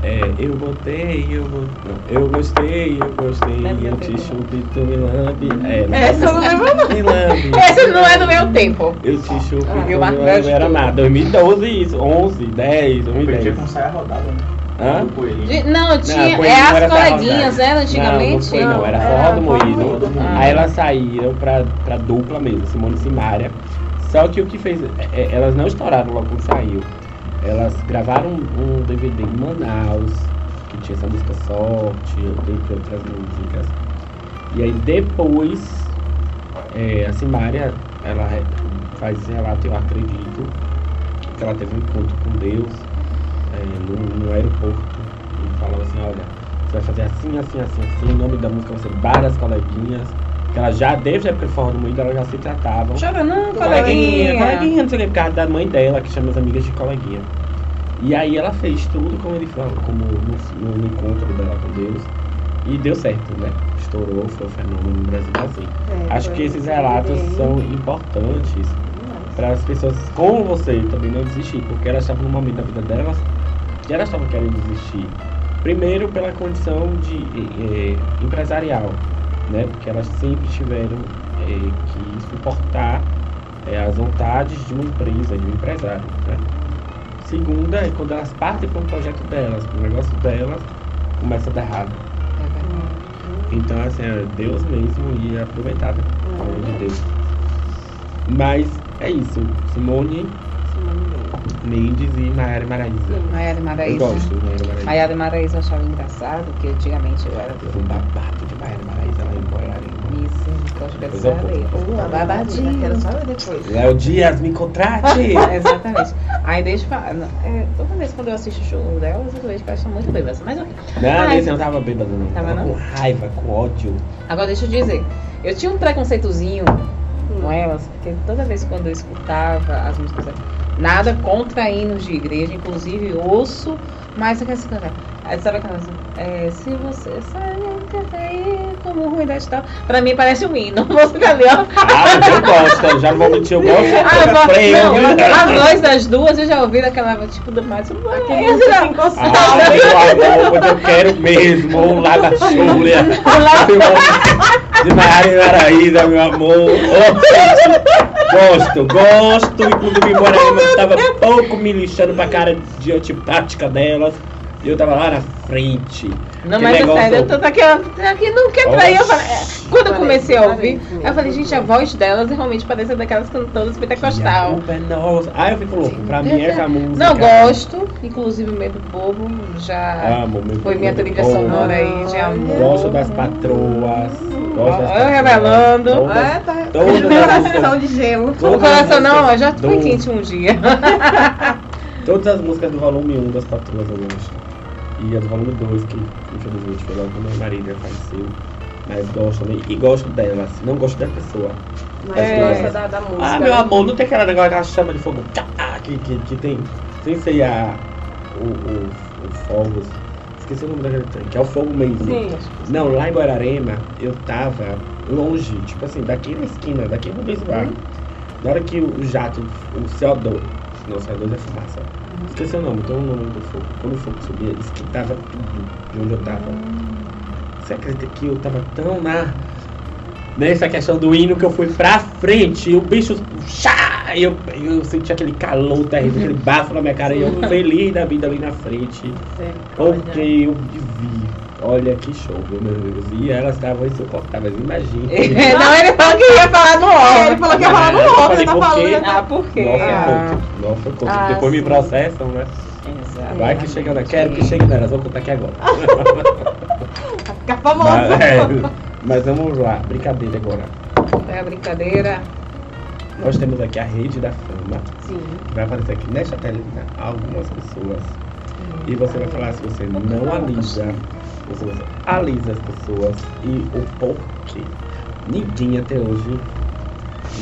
Speaker 1: É, eu botei, eu botei. Eu gostei, eu gostei. Eu te chupi, tu me lambe. É, não
Speaker 2: Essa eu não lembro.
Speaker 1: é me lambe.
Speaker 2: Essa não é do meu tempo.
Speaker 1: Eu te chupi,
Speaker 4: Ah,
Speaker 1: tu me
Speaker 2: eu
Speaker 1: lambe.
Speaker 2: marcante
Speaker 1: Era
Speaker 2: tudo.
Speaker 1: nada. 2012, isso. 11, 10,
Speaker 3: Perdi
Speaker 1: 2010.
Speaker 3: com saia rodada, né?
Speaker 1: Hã?
Speaker 3: Do coelhinho.
Speaker 2: De- Não, tinha.
Speaker 1: coisa
Speaker 2: é
Speaker 1: não
Speaker 2: as
Speaker 1: era da
Speaker 2: coleguinhas,
Speaker 1: rodada.
Speaker 2: era
Speaker 1: Não, não
Speaker 2: antigamente?
Speaker 1: foi não, era
Speaker 4: Não,
Speaker 1: forró
Speaker 4: era
Speaker 1: do
Speaker 4: forró do
Speaker 1: moído.
Speaker 4: moído.
Speaker 1: Aí elas saíram pra, pra dupla mesmo, Simone e Simária. Só que o que fez. é, é, elas não estouraram logo quando saiu. Elas gravaram um DVD em Manaus, que tinha essa música Sorte, dentre outras músicas. E aí depois é, a Simária, ela re- faz esse relato, eu acredito, que ela teve um encontro com Deus é, no, no aeroporto. E falava assim, olha, você vai fazer assim, assim, assim, assim, o nome da música vai ser Bar das Coleguinhas. Que ela já, desde a época do Forró do Moído, elas já se tratavam.
Speaker 2: Chora não,
Speaker 1: Coleguinha,
Speaker 2: coleguinha.
Speaker 1: coleguinha, não sei o que, por causa da mãe dela, que chama as amigas de coleguinha. E aí ela fez tudo como ele falou, como no, no encontro dela com Deus. E deu certo, né? Estourou, foi um fenômeno no Brasil assim.
Speaker 4: É,
Speaker 1: Acho
Speaker 4: foi
Speaker 1: que esses
Speaker 4: bem-
Speaker 1: relatos são importantes para as pessoas como você também não desistir, porque elas estavam num momento da vida delas que elas estavam querendo desistir. Primeiro pela condição de eh, eh, empresarial, né? Porque elas sempre tiveram eh, que suportar eh, as vontades de uma empresa, de um empresário. Né? Segunda é quando elas partem para um projeto delas, para um negócio delas, começa a dar errado. Então, assim, é Deus mesmo e é aproveitável, pelo amor de Deus. Mas é isso. Simone Mendes e Mayara Maraíza.
Speaker 2: Maiara e
Speaker 1: Eu
Speaker 2: Maraísa.
Speaker 1: gosto de Mayara Maraíza.
Speaker 2: Maiara e Maraísa eu achava engraçado, porque antigamente eu era
Speaker 1: Eu sou um babado de Mayara Maraíza lá em Boiarema.
Speaker 2: misericórdia
Speaker 1: Pois
Speaker 2: dessa
Speaker 1: é,
Speaker 2: areia.
Speaker 4: pô.
Speaker 2: Tá babadinho.
Speaker 4: Quero só
Speaker 2: depois.
Speaker 1: Léo Dias, me contrate!
Speaker 2: É, Exatamente. Aí deixa eu falar. não, é, toda vez quando eu assisto o show dela, eu vejo que elas são muito bebas. Mas ok.
Speaker 1: não,
Speaker 2: Ai.
Speaker 1: nesse eu não tava bêbado, não.
Speaker 2: Tava
Speaker 1: Tava
Speaker 2: não?
Speaker 1: com raiva, com ódio.
Speaker 2: Agora deixa eu dizer. Eu tinha um preconceitozinho
Speaker 1: é
Speaker 4: Hum.
Speaker 2: com elas, porque toda vez quando eu escutava as músicas, nada contra hinos de igreja, inclusive ouço, mas eu quero cantar. Aí sabe aquelas. É, se você sabe aí como ruindade e tal, pra mim parece um hino. Você tá ali, ó.
Speaker 1: Ah, mas eu gosto, eu já não vou mentir, eu gosto.
Speaker 2: Ah,
Speaker 1: Eu
Speaker 2: eu gosto-
Speaker 1: falei, eu-
Speaker 2: não, a voz das duas eu já ouvi daquela tipo do mais.
Speaker 4: Aquele que se encostar.
Speaker 1: Ah, meu amor, mas eu quero mesmo, um lava-chulha. Eu amo de Maiara e Maraíza, meu amor. Oh, gente, gosto, gosto. Inclusive, embora eu tava pouco me lixando pra cara de antipática delas. E eu tava lá na frente.
Speaker 2: Não,
Speaker 1: Que
Speaker 2: mas é
Speaker 1: negócio
Speaker 2: sério, eu tô daquela. Aqui não quer trair. Eu falei, é, quando eu
Speaker 4: Parece,
Speaker 2: comecei a ouvir,
Speaker 4: parece.
Speaker 2: eu falei, gente, a voz delas realmente parece daquelas cantoras
Speaker 1: E a
Speaker 2: pentecostal.
Speaker 1: culpa é nossa. Ah, eu fico louco. Pra mim é com a música.
Speaker 2: Não gosto, inclusive Medo Bobo já
Speaker 1: Amo, meu
Speaker 2: foi minha
Speaker 1: meu
Speaker 2: trilha
Speaker 1: Ah, povo. né? Ah,
Speaker 2: sonora aí de amor.
Speaker 1: Gosto das patroas. Gosto das
Speaker 2: Ó,
Speaker 1: patroas.
Speaker 2: revelando.
Speaker 1: Todas-
Speaker 4: É, tá.
Speaker 1: Todas
Speaker 4: Coração de gelo.
Speaker 2: O
Speaker 1: todas as
Speaker 2: coração não, ó,
Speaker 1: músicas
Speaker 2: já foi
Speaker 1: né? do-
Speaker 2: quente um dia.
Speaker 1: Todas as músicas do volume 1 das patroas eu gosto. E a do volume 2, que infelizmente foi logo quando meu marido faleceu. Mas gosto também. E gosto delas. Não gosto da pessoa.
Speaker 4: Mas
Speaker 2: É.
Speaker 4: gosta da, da música.
Speaker 1: Ah, meu amor, não tem aquela negócio da chama de fogo. Tá, tá, Que, que, que tem. Sem ser a. O, o, o fogo. Esqueci o nome daquele trem, que é o fogo mesmo.
Speaker 4: Sim.
Speaker 1: Não, lá em Guararema, eu tava longe, tipo assim, daqui na esquina, daqui no Bisbar. Na hora que o jato, o CO2, não, CO2 é fumaça. Esqueci o nome, tem um nome do fogo. Quando o fogo subia, esquentava tudo de onde eu tava. Você acredita que eu tava tão na. Nessa questão do hino que eu fui pra frente e o bicho. Chá! E eu, eu senti aquele calor terrível, aquele bafo na minha cara e eu feliz da vida ali na frente. Porque eu vi. Olha que show, meu Deus. E elas estavam insuportáveis, imagina.
Speaker 2: É, não, ele falou que ia falar no
Speaker 4: Ele
Speaker 2: ó.
Speaker 4: falou que ia falar no
Speaker 1: Eu
Speaker 4: homem,
Speaker 1: falei,
Speaker 4: tá
Speaker 1: por quê?
Speaker 4: falando.
Speaker 2: Ah,
Speaker 1: Nossa,
Speaker 2: por quê? Ah,
Speaker 1: conto. Nossa, conto.
Speaker 4: Ah,
Speaker 1: Depois me
Speaker 4: sim.
Speaker 1: processam, né?
Speaker 2: exato.
Speaker 1: Vai que chega na. Quero que chegue nelas, vou contar aqui agora.
Speaker 4: Vai ficar famoso.
Speaker 1: Mas, é, mas vamos lá, brincadeira agora.
Speaker 2: É a brincadeira.
Speaker 1: Nós temos aqui a rede da fama.
Speaker 4: Sim.
Speaker 1: que Vai aparecer aqui nesta telinha algumas pessoas. E você vai falar se você não alisa. Você vai- alisa as pessoas e o porquê. Ninguém até hoje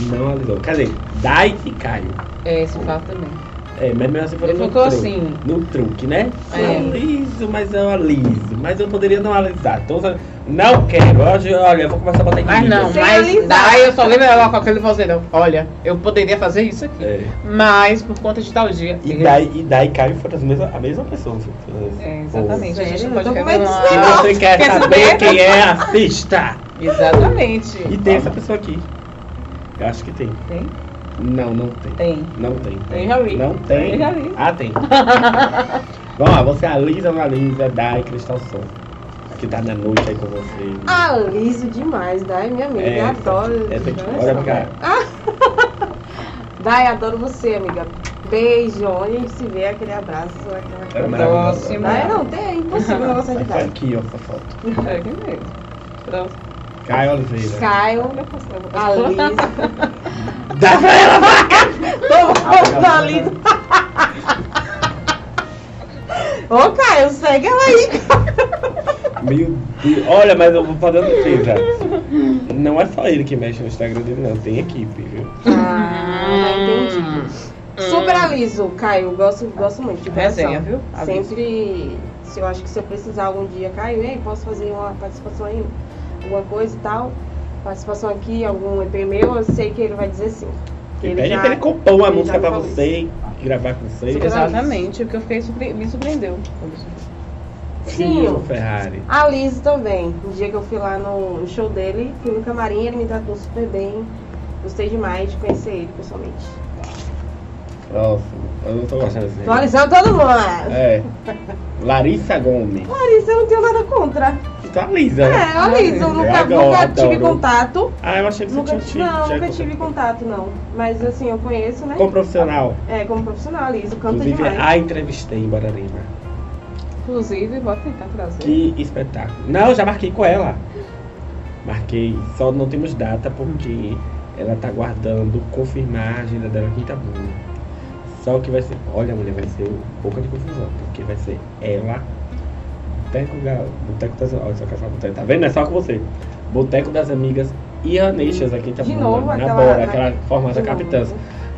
Speaker 1: não alisou. Quer dizer, Dai e Caio.
Speaker 2: É, esse fato também.
Speaker 1: É, mas mesmo assim foram
Speaker 2: Ele
Speaker 1: no
Speaker 2: ficou
Speaker 1: truque.
Speaker 2: assim.
Speaker 1: No truque, né?
Speaker 2: É.
Speaker 1: Eu aliso, mas eu aliso. Mas eu poderia não alisar. Então, sabe, não quero. Hoje, olha, eu vou começar a botar em
Speaker 2: Mas
Speaker 1: medidas.
Speaker 2: não,
Speaker 4: Sem
Speaker 2: mas
Speaker 4: alisar.
Speaker 2: daí eu só lembro ela com aquele vozeirão. Olha, eu poderia fazer isso aqui.
Speaker 1: É.
Speaker 2: Mas por conta de tal dia.
Speaker 1: E Dai e Dai e Caio foram as mesma- a mesma pessoa.
Speaker 2: É, exatamente. A gente
Speaker 4: Sério?
Speaker 2: não pode
Speaker 4: Então
Speaker 2: fazer
Speaker 4: como é
Speaker 1: Se
Speaker 4: que
Speaker 2: uma...
Speaker 4: isso
Speaker 1: você quer
Speaker 2: Quer
Speaker 1: saber
Speaker 2: saber?
Speaker 1: quem é, assista.
Speaker 2: Exatamente.
Speaker 1: E tem essa pessoa aqui. Eu acho que tem.
Speaker 2: Tem?
Speaker 1: Não, não tem.
Speaker 2: Tem.
Speaker 1: Não tem.
Speaker 2: Eu já vi.
Speaker 1: Não tem.
Speaker 2: Eu já vi.
Speaker 1: Ah, tem. Vamos lá, você é alisa ou alisa Dai Cristal Som. Que tá na noite aí com você.
Speaker 4: Aliso demais, Dai, minha amiga.
Speaker 1: É,
Speaker 4: eu adoro. né?
Speaker 1: essa aqui.
Speaker 4: Olha
Speaker 1: Olha
Speaker 4: só.
Speaker 1: pra cá.
Speaker 4: Dai, adoro você, amiga. Beijo, onde a gente se vê, aquele abraço, aquela
Speaker 1: Era
Speaker 4: coisa.
Speaker 1: maravilhosa.
Speaker 2: Próxima.
Speaker 4: Dai, não, tem, é impossível não gostar de
Speaker 1: Tá
Speaker 4: Dai.
Speaker 1: aqui, ó, essa foto.
Speaker 2: É aqui mesmo. Pronto.
Speaker 1: Caio Oliveira.
Speaker 4: Caio, Aliso.
Speaker 1: Dá pra ela, vai!
Speaker 4: Tô falando da Aliso. Ô, Caio, segue ela aí.
Speaker 1: Meu Deus. Olha, mas eu vou falando pra vocês, já. Não é só ele que mexe no Instagram dele, não. Tem equipe, viu?
Speaker 4: Ah, entendi. Super aliso, Caio. Gosto, gosto muito de coração.
Speaker 2: Resenha, viu? Aviso.
Speaker 4: Sempre, se eu acho que se eu precisar algum dia, Caio, ei, posso fazer uma participação aí? Alguma coisa e tal? Participação aqui, algum EP meu, eu sei que ele vai dizer sim. Que
Speaker 1: Ele pede
Speaker 4: já-
Speaker 1: pra ele compor
Speaker 4: ele
Speaker 1: uma
Speaker 4: já
Speaker 1: música
Speaker 4: me
Speaker 1: pra
Speaker 4: falou
Speaker 1: você, gravar com você.
Speaker 4: Super
Speaker 2: Exatamente. O que eu fiquei surpre... me surpreendeu.
Speaker 4: Sim,
Speaker 1: Sim, Ferrari.
Speaker 4: A Liz também. Um dia que eu fui lá no show dele, fui no camarim, ele me tratou super bem. Gostei demais de conhecer ele pessoalmente.
Speaker 1: Próximo. Eu não tô gostando desse
Speaker 4: Tô
Speaker 1: negócio.
Speaker 4: alisando todo mundo.
Speaker 1: É. Larissa Gomes.
Speaker 4: Larissa, eu não tenho nada contra.
Speaker 1: Tu tá lisa, né?
Speaker 4: É, a Liz, eu nunca,
Speaker 1: Legal,
Speaker 4: nunca
Speaker 1: adoro.
Speaker 4: tive contato.
Speaker 1: Ah, eu achei que você
Speaker 4: Nunca,
Speaker 1: tinha tinha-
Speaker 4: não,
Speaker 1: tinha
Speaker 4: nunca tive contato, não. Mas assim, eu conheço, né?
Speaker 1: Com profissional.
Speaker 4: É, como profissional, a Liz, canta
Speaker 1: Inclusive,
Speaker 4: demais.
Speaker 1: a entrevistei em Bararema.
Speaker 2: Inclusive, tá, vou tentar trazer.
Speaker 1: Que espetáculo. Não, já marquei com ela. Marquei, só não temos data porque ela tá aguardando confirmar a agenda dela aqui em Itabuna. Só que vai ser, olha mulher, vai ser um pouco de confusão, porque vai ser ela, Boteco, Ga- Boteco das Olha, só quero falar Boteco, tá vendo? É só com você. Boteco das Amigas e Aneixas aqui em Itabuna.
Speaker 4: novo,
Speaker 1: na
Speaker 4: aquela-
Speaker 1: Bora,
Speaker 4: na-
Speaker 1: né? aquela formosa
Speaker 4: De novo.
Speaker 1: capitã.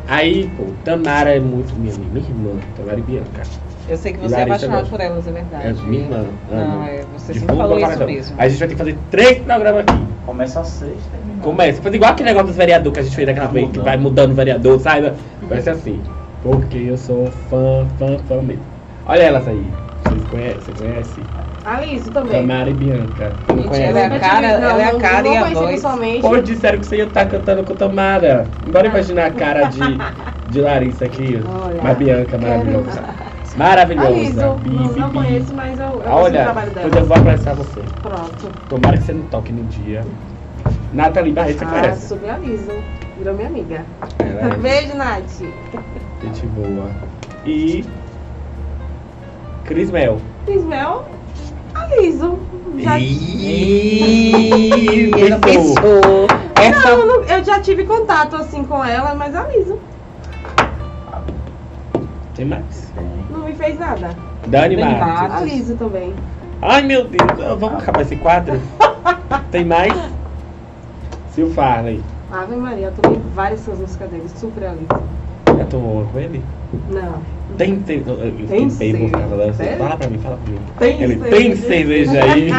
Speaker 1: Aí, pô, Tamara é muito minha, amiga, minha irmã, Tamara e Bianca.
Speaker 2: Eu sei que você é
Speaker 1: Larissa
Speaker 2: apaixonado
Speaker 1: gosta.
Speaker 2: por elas, é
Speaker 4: Tá.
Speaker 2: verdade.
Speaker 1: É minha irmã.
Speaker 2: Não,
Speaker 1: amo.
Speaker 2: é, você
Speaker 1: De
Speaker 2: sempre
Speaker 1: fundo pra
Speaker 2: falou isso
Speaker 1: caramba.
Speaker 2: mesmo.
Speaker 1: então. A gente vai ter que fazer três programas aqui.
Speaker 3: Começa a sexta. e termina.
Speaker 1: Começa. Faz igual aquele negócio dos vereadores que a gente fez daquela vez, que vai mudando o vereador, sabe? Vai ser assim. Porque eu sou fã, fã, fã mesmo. Olha elas aí. Vocês conhecem? Você conhece?
Speaker 4: Alice também.
Speaker 1: Tamara e Bianca. Você não
Speaker 2: Gente, ela é a
Speaker 1: conhece?
Speaker 2: cara,
Speaker 4: Não,
Speaker 2: ela é a
Speaker 4: não-
Speaker 2: cara
Speaker 4: não
Speaker 2: e a
Speaker 4: conheci
Speaker 2: voz.
Speaker 4: pessoalmente.
Speaker 1: Pô, disseram que você ia estar cantando com Tamara. Bora imaginar a cara de, de Larissa aqui.
Speaker 4: Olha.
Speaker 1: Uma Bianca maravilhosa. Maravilhosa.
Speaker 4: Aliso, não,
Speaker 1: Bife,
Speaker 4: não
Speaker 1: bife.
Speaker 4: conheço, mas eu, eu
Speaker 1: Ah,
Speaker 4: gosto do
Speaker 1: Olha, é-
Speaker 4: trabalho
Speaker 1: depois eu
Speaker 4: dela.
Speaker 1: vou abraçar você.
Speaker 4: Pronto.
Speaker 1: Tomara que você não toque no dia. Nathalie Barreto, você
Speaker 4: Ah,
Speaker 1: conhece?
Speaker 4: sobre a Lisa. Virou minha amiga.
Speaker 1: Ela é
Speaker 4: Beijo, Nath.
Speaker 1: gente boa. E. Cris Mel.
Speaker 4: Ismael, Aliso. Já...
Speaker 1: Ih,
Speaker 2: Ih, ele
Speaker 1: pensou.
Speaker 2: pensou. Essa
Speaker 4: Não, eu não- eu já tive contato assim com ela, mas a Liso
Speaker 1: Tem mais?
Speaker 4: não me fez nada.
Speaker 1: Dani
Speaker 2: Tem
Speaker 1: Marques.
Speaker 2: mais.
Speaker 4: A Liso também.
Speaker 1: Ai meu Deus, vamos acabar esse quadro? Tem mais? Sil Farley.
Speaker 4: Ave Maria, eu tomei várias suas músicas dele, super a Liso.
Speaker 1: Já tomou com ele?
Speaker 4: Não.
Speaker 1: Tem seis. Eu eu
Speaker 4: Tem
Speaker 1: fiquei bem
Speaker 4: seis.
Speaker 1: confortável agora. Você
Speaker 4: Sério?
Speaker 1: Fala pra mim, fala pra mim.
Speaker 4: Tem
Speaker 1: ele
Speaker 4: seis.
Speaker 1: tem seis vezes aí.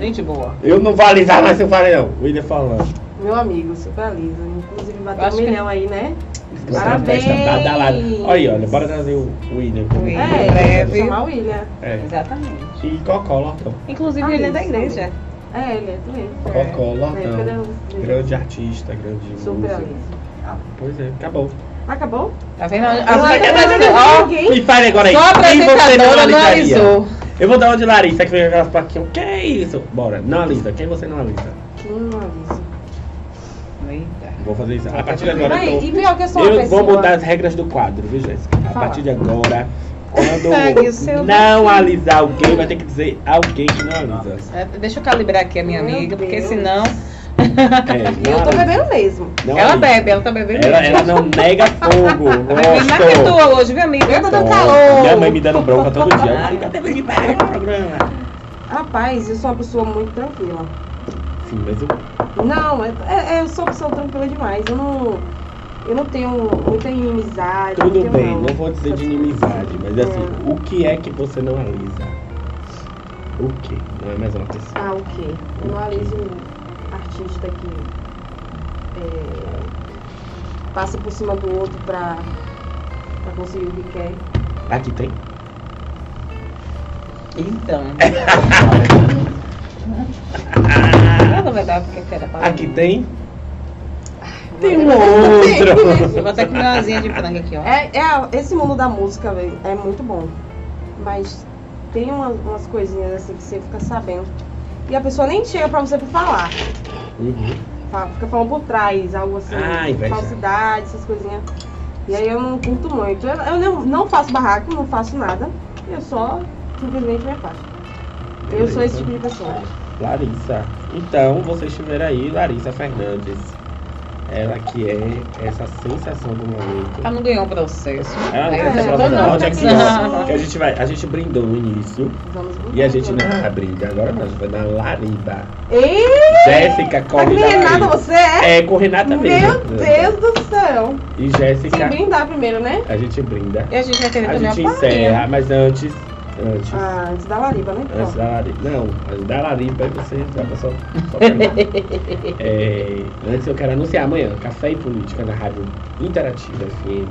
Speaker 2: gente boa.
Speaker 1: Eu não vou alisar mais Sil Farley, não. William falando.
Speaker 4: Meu amigo, super a Liso. Inclusive bateu
Speaker 2: Acho
Speaker 4: um
Speaker 2: que-
Speaker 4: milhão aí, né?
Speaker 1: Essa
Speaker 4: Parabéns.
Speaker 1: festa badalada. Olha tá aí, olha, bora trazer o William.
Speaker 2: William.
Speaker 4: É,
Speaker 2: breve.
Speaker 4: deve chamar o William.
Speaker 1: É.
Speaker 2: Exatamente.
Speaker 1: E Cocó, Lordão.
Speaker 2: Inclusive,
Speaker 4: Ah,
Speaker 2: ele é da
Speaker 4: isso.
Speaker 2: igreja.
Speaker 4: É, ele é doente.
Speaker 1: Cocó,
Speaker 4: Na época
Speaker 1: Lordão.
Speaker 4: da-
Speaker 1: Grande artista, grande
Speaker 4: Super a
Speaker 1: músico.
Speaker 4: Liso.
Speaker 1: Pois é, acabou.
Speaker 4: Acabou?
Speaker 2: Tá vendo? A
Speaker 4: Eu
Speaker 1: é
Speaker 4: acho que
Speaker 2: apresentadora-
Speaker 4: eu
Speaker 2: ó,
Speaker 4: joguei.
Speaker 1: Me fale agora aí.
Speaker 2: Só a
Speaker 1: quem você não
Speaker 2: apresentadora não
Speaker 1: alisaria?
Speaker 2: analisou.
Speaker 1: Eu vou dar uma de Larissa, que vem com aquelas plaquinhas. Que é isso? Bora, não alisa. Quem é você não alisa?
Speaker 4: Quem não é avisa?
Speaker 2: Eita.
Speaker 1: Vou fazer isso. A partir de agora,
Speaker 4: Ai,
Speaker 1: eu,
Speaker 4: e pior que eu
Speaker 1: tô...
Speaker 4: sou uma
Speaker 1: eu
Speaker 4: pessoa.
Speaker 1: vou mudar as regras do quadro, viu, Jéssica? A
Speaker 4: Fala.
Speaker 1: partir de agora,
Speaker 2: Segue o seu
Speaker 1: quando não alisar alguém, vai ter que dizer alguém que não alisa.
Speaker 2: É, Deixa eu calibrar aqui a minha
Speaker 4: Meu
Speaker 2: amiga, porque
Speaker 4: Deus.
Speaker 1: É,
Speaker 2: senão.
Speaker 4: E eu tô
Speaker 1: alisa,
Speaker 4: bebendo mesmo.
Speaker 1: não
Speaker 2: ela
Speaker 1: alisa.
Speaker 2: bebe, ela tá bebendo.
Speaker 1: Ela,
Speaker 2: mesmo.
Speaker 1: ela não nega fogo.
Speaker 2: Tá bebendo na
Speaker 1: Gosto.
Speaker 2: quentua hoje, viu, amiga? Eu tô dando
Speaker 1: Gosto.
Speaker 2: calor.
Speaker 1: Minha mãe me dando bronca todo dia. Ai, cadê você que pega no programa?
Speaker 4: Rapaz, eu sou uma pessoa muito tranquila.
Speaker 1: Sim, assim, mas eu
Speaker 4: Não, é, é- eu sou uma pessoa tranquila demais. Eu não, eu não tenho muita inimizade.
Speaker 1: Tudo
Speaker 4: não tenho,
Speaker 1: bem, né? não vou dizer de inimizade, mas
Speaker 4: É.
Speaker 1: assim, o que é que você não alisa? O que? Não é mais uma pessoa.
Speaker 4: Ah, o quê? Eu não aliso um artista que é, passa por cima do outro pra, pra conseguir o que quer.
Speaker 1: Aqui tem?
Speaker 2: Então. Ela vai dar porque era pra
Speaker 1: Aqui tem? Tem
Speaker 4: Eu
Speaker 1: um
Speaker 4: não-
Speaker 1: outro!
Speaker 2: Eu vou até comer uma asinha de frango aqui, ó.
Speaker 4: É, é a- esse mundo da música, velho, é muito bom. Mas tem uma- umas coisinhas assim que você fica sabendo. E a pessoa nem chega pra você pra falar.
Speaker 1: Uhum.
Speaker 4: Fala- Fica falando por trás, algo assim,
Speaker 1: Ah, inveja.
Speaker 4: falsidade, essas coisinhas. E aí eu não curto muito. Eu, eu não, não faço barraco, não faço nada. Eu só simplesmente me afasto. Eu sou esse tipo de pessoa.
Speaker 1: Larissa. Então, vocês tiveram aí Larissa Fernandes. Ela que é essa sensação do
Speaker 2: Ela
Speaker 1: momento.
Speaker 2: não ganhou o processo.
Speaker 1: Ela
Speaker 2: Aí
Speaker 4: É,
Speaker 1: não tem essa
Speaker 2: eu
Speaker 1: prova
Speaker 2: tô
Speaker 1: não,
Speaker 4: não,
Speaker 1: onde é que
Speaker 4: tá
Speaker 1: não?
Speaker 4: aqui.
Speaker 1: Porque a gente vai, a gente brindou no início
Speaker 4: Vamos
Speaker 1: e a gente
Speaker 4: mudar.
Speaker 1: não tá brinda, agora nós vai dar lariba.
Speaker 4: Ei,
Speaker 1: Jéssica, corre da
Speaker 4: Renata,
Speaker 1: Larissa.
Speaker 4: você é?
Speaker 1: É, com Renata mesmo.
Speaker 4: Meu Deus do céu!
Speaker 1: E
Speaker 4: Se
Speaker 1: Jéssica,
Speaker 4: brindar primeiro, né?
Speaker 1: a gente brinda.
Speaker 2: E a gente vai querer
Speaker 1: A
Speaker 2: fazer
Speaker 1: gente
Speaker 2: uma palhinha.
Speaker 1: encerra, mas antes. Antes.
Speaker 4: tá Ah, antes da Lariba, né?
Speaker 1: Antes
Speaker 4: Pronto.
Speaker 1: da Lariba. Não, antes da Lariba aí você dá só, só pegar. É, Antes eu quero anunciar amanhã, Café e Política na Rádio Interativa FM,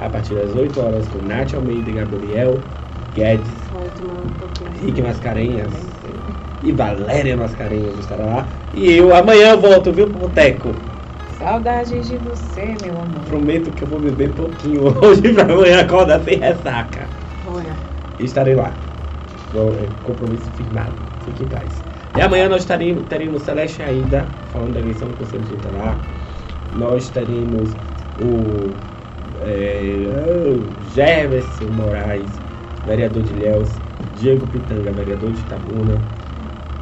Speaker 1: a partir das 8 horas com Nath Almeida e Gabriel Guedes,
Speaker 4: Vai tomar um pouquinho.
Speaker 1: Rick Mascarenhas e Valéria Mascarenhas estará lá. E eu amanhã eu volto, viu, pro boteco?
Speaker 2: Saudades de você, meu amor.
Speaker 1: Prometo que eu vou beber pouquinho hoje pra amanhã acordar sem ressaca.
Speaker 4: Olha.
Speaker 1: e estarei lá. Com- é, Compromisso firmado. Fique em paz. E amanhã nós estaremos, teremos Celeste ainda, falando da eleição do Conselho Tutelar. Nós teremos o é, o Jefferson Moraes, vereador de Ilhéus, Diego Pitanga, vereador de Itabuna,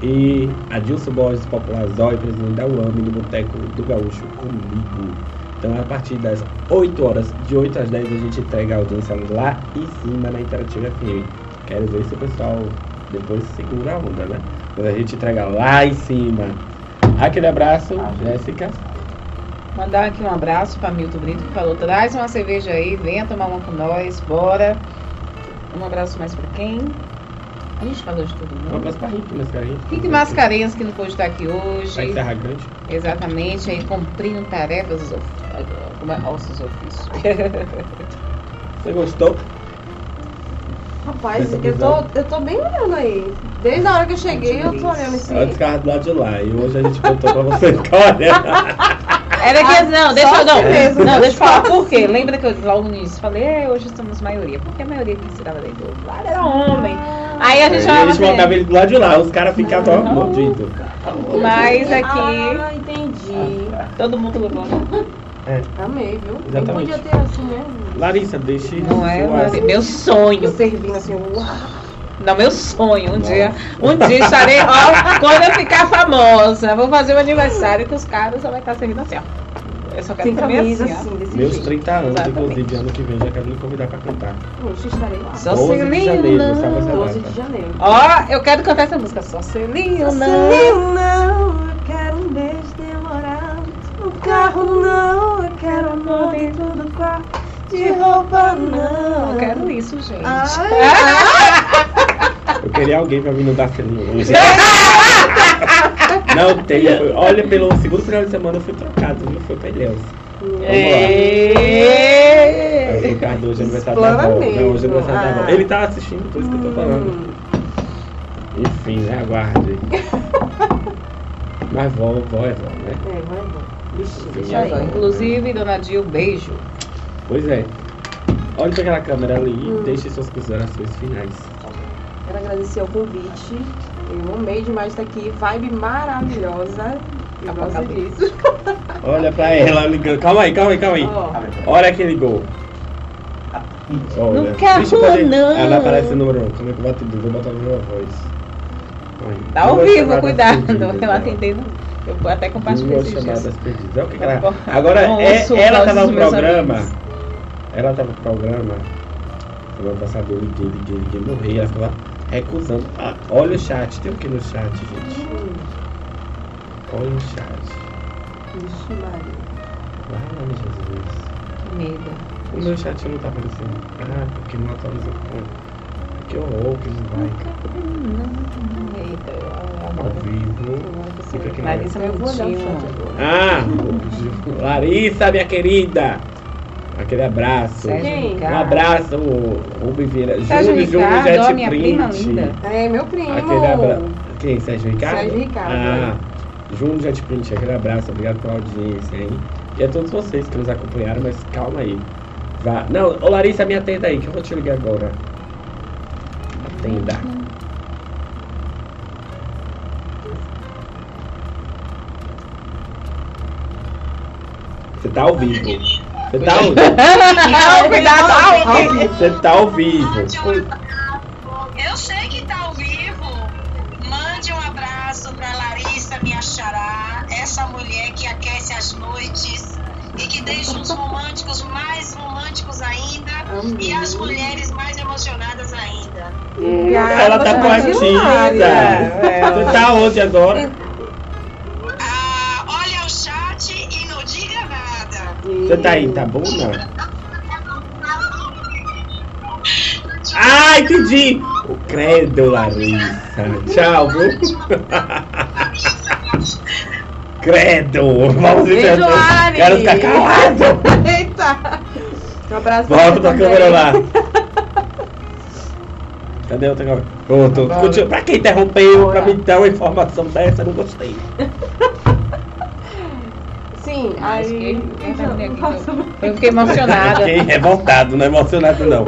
Speaker 1: e Adilson Borges Popular Zói, presidente da UAM, do Boteco do Gaúcho, comigo. Então, a partir das 8 horas, de 8 às 10, a gente entrega a audiência lá em cima na Interativa FM. Quero ver se o pessoal depois segura a onda, né? Mas a gente entrega lá em cima. Aquele abraço, Jéssica.
Speaker 2: Mandar aqui um abraço pra Milton Brito, que falou: traz uma cerveja aí, venha tomar uma com nós, bora. Um abraço mais pra quem? A gente falou de todo
Speaker 1: Um
Speaker 2: mundo.
Speaker 1: abraço pra Rick Mascarenhas.
Speaker 2: Fique Mascarenhas, que não pôde estar aqui
Speaker 1: Vai
Speaker 2: hoje.
Speaker 1: encerrar grande.
Speaker 2: Exatamente, aí cumprindo tarefas, os of- como é, ossos ofícios.
Speaker 1: Você gostou?
Speaker 4: Rapaz,
Speaker 1: Dessa
Speaker 4: eu
Speaker 1: visão.
Speaker 4: tô, eu tô bem olhando aí. Desde a hora que eu cheguei, eu tô olhando esse.
Speaker 1: Antes ficava do lado de lá. E hoje a gente botou pra você ficar olhando.
Speaker 2: Era que,
Speaker 4: Ah,
Speaker 2: não, deixa
Speaker 4: só
Speaker 2: eu não.
Speaker 4: que mesmo.
Speaker 2: Não, deixa eu falar por quê. Lembra que eu logo no início falei, "É, hoje somos maioria. Porque a maioria que estudava daí do outro lado era homem. Aí a
Speaker 1: É, E
Speaker 2: gente
Speaker 1: eles
Speaker 2: falava
Speaker 1: mandavam
Speaker 2: assim,
Speaker 1: ele do lado de lá. Os caras ficavam ó, mordido.
Speaker 2: mas aqui
Speaker 4: Ah, entendi.
Speaker 2: todo mundo levou.
Speaker 4: Ah, Amei, viu? Nem
Speaker 1: Exatamente.
Speaker 4: podia ter assim, né?
Speaker 1: Larissa, deixe
Speaker 2: Não é,
Speaker 1: sua-
Speaker 2: mas é meu sonho.
Speaker 4: Eu servindo assim, uau.
Speaker 2: Não, meu sonho, um dia, um dia estarei, ó, quando eu ficar famosa, vou fazer um aniversário que os caras só vai estar servindo assim, ó. Eu só quero
Speaker 4: Sem
Speaker 2: comer
Speaker 4: camisa,
Speaker 2: assim, ó.
Speaker 4: assim, desse
Speaker 1: Meus
Speaker 4: jeito.
Speaker 1: 30 anos,
Speaker 2: Exatamente.
Speaker 1: inclusive, ano que vem, já quero me convidar pra cantar.
Speaker 4: Hoje estarei lá.
Speaker 2: Só
Speaker 1: 12
Speaker 2: sei
Speaker 1: de
Speaker 2: nem
Speaker 1: janeiro,
Speaker 2: não.
Speaker 1: sabe essa
Speaker 4: 12
Speaker 1: data?
Speaker 4: de janeiro.
Speaker 2: Ó, eu quero cantar essa música, só selinho, não.
Speaker 4: Não, não, eu quero um beijo demorado. No carro, não, eu quero um amor dentro do quarto. De roupa, não.
Speaker 2: Eu quero isso, gente.
Speaker 4: Ai,
Speaker 1: Eu queria alguém pra vir no dar selinho hoje. Não tem. foi- Olha, pelo segundo final de semana eu fui trocado, viu? Foi pra Ilhéus. Aí
Speaker 2: É.
Speaker 1: foi Ricardo, hoje é aniversário da avó.
Speaker 4: É. Explana
Speaker 1: Né? Hoje é aniversário da
Speaker 4: mesmo.
Speaker 1: avó.
Speaker 4: Ah. Hum.
Speaker 1: Ele tá assistindo, por isso que eu tô falando. Enfim, né? Aguarde. Mas vó, vó é vó, né?
Speaker 4: É, vai embora. Bichinho, deixa
Speaker 1: Vai
Speaker 4: aí.
Speaker 1: embora.
Speaker 2: Inclusive, dona Dil, beijo.
Speaker 1: Pois é. Olha pra aquela câmera ali e
Speaker 4: Hum.
Speaker 1: deixe suas considerações finais.
Speaker 4: Quero agradecer o convite. Eu amei demais estar aqui. Vibe maravilhosa. Eu
Speaker 2: Acabou,
Speaker 4: gosto
Speaker 2: acabou.
Speaker 4: disso.
Speaker 1: Olha pra ela ligando. Calma aí, calma aí, calma aí.
Speaker 4: Ó,
Speaker 1: Olha aquele gol. Olha.
Speaker 2: Não quer
Speaker 1: Deixa eu
Speaker 2: rua,
Speaker 1: fazer-
Speaker 2: não.
Speaker 1: Ela aparece no número 1. Como é que eu boto tudo? Vou botar na minha voz. Olha,
Speaker 2: Tá ao
Speaker 1: duas
Speaker 2: vivo,
Speaker 1: chamadas
Speaker 2: cuidado.
Speaker 1: perdidas,
Speaker 2: Ela
Speaker 1: né?
Speaker 2: atendendo. Eu vou até compartilhar
Speaker 1: Duas
Speaker 2: esses dias.
Speaker 1: chamadas perdidas. É o que que ela-
Speaker 2: Bom,
Speaker 1: Agora,
Speaker 2: não
Speaker 1: é-
Speaker 2: ouço
Speaker 1: ela
Speaker 2: vozes
Speaker 1: tá no
Speaker 2: dos meus
Speaker 1: programa.
Speaker 2: amigos.
Speaker 1: Ela tá no programa. Semana passada eu liguei, liguei, liguei. Morri. Ela ficava recusando. Ah, olha o chat. Tem o que no chat, gente?
Speaker 2: Hum.
Speaker 1: Olha o chat.
Speaker 4: Vixe, Maria.
Speaker 1: Vai lá, Jesus.
Speaker 2: Medo.
Speaker 1: O meu chat não tá aparecendo. Ah, porque não atualizou. Pô, Que horror que vai. tá Ao vivo. Fica aqui na-
Speaker 2: Larissa
Speaker 4: Eu
Speaker 1: um
Speaker 4: vou olhar o
Speaker 2: Mundinho.
Speaker 4: chat agora.
Speaker 1: Ah! o- Larissa, minha querida! Aquele abraço.
Speaker 2: Sérgio
Speaker 4: Quem?
Speaker 1: Um
Speaker 2: Ricardo. Tá
Speaker 1: abraço, Rubem Vieira.
Speaker 2: Sérgio
Speaker 1: Júlio, Júlio
Speaker 2: Ricardo,
Speaker 1: Jet
Speaker 2: ó, minha
Speaker 1: Print.
Speaker 2: prima linda.
Speaker 4: É, meu primo. é
Speaker 1: Aquele abraço. Quem? Sérgio Ricardo?
Speaker 4: Sérgio Ricardo,
Speaker 1: Ah, Júnior Jet Print, aquele abraço. Obrigado pela audiência, hein? E a todos vocês que nos acompanharam, mas calma aí. Vá. Não, ô Larissa, me atenda aí, que eu vou te ligar agora. Atenda. Você tá ao vivo. Você tá ao vivo.
Speaker 2: Não, cuidado. Ai,
Speaker 4: Ao vivo.
Speaker 1: Você tá ao vivo.
Speaker 5: Mande um abraço. Eu sei que tá ao vivo. Mande um abraço pra Larissa minha xará, essa mulher que aquece as noites e que deixa os românticos mais românticos ainda e as mulheres mais emocionadas ainda.
Speaker 1: Ela tá
Speaker 4: Obrigada,
Speaker 1: partida. Você tá onde agora?
Speaker 5: Ah, olha o chat e não diga nada.
Speaker 1: Você tá aí, tá bom ou não? Ah, entendi! O credo, Larissa. Tchau, viu? credo! Vamos
Speaker 4: Beijo,
Speaker 1: ver.
Speaker 4: Ari.
Speaker 1: Quero ficar calado!
Speaker 4: Eita! Um abraço pra
Speaker 1: Volta
Speaker 4: você
Speaker 1: tua
Speaker 4: também.
Speaker 1: câmera lá. Cadê a outra câmera? Pronto.
Speaker 4: Agora.
Speaker 1: Continua. Pra quem interrompeu, pra
Speaker 4: Bora.
Speaker 1: me dar uma informação dessa, eu não gostei.
Speaker 4: Sim,
Speaker 2: Mas
Speaker 4: aí.
Speaker 2: Ah,
Speaker 4: Então,
Speaker 2: que- quem tá olhando aqui? Eu fiquei emocionada.
Speaker 1: Fiquei revoltado, não é emocionado não.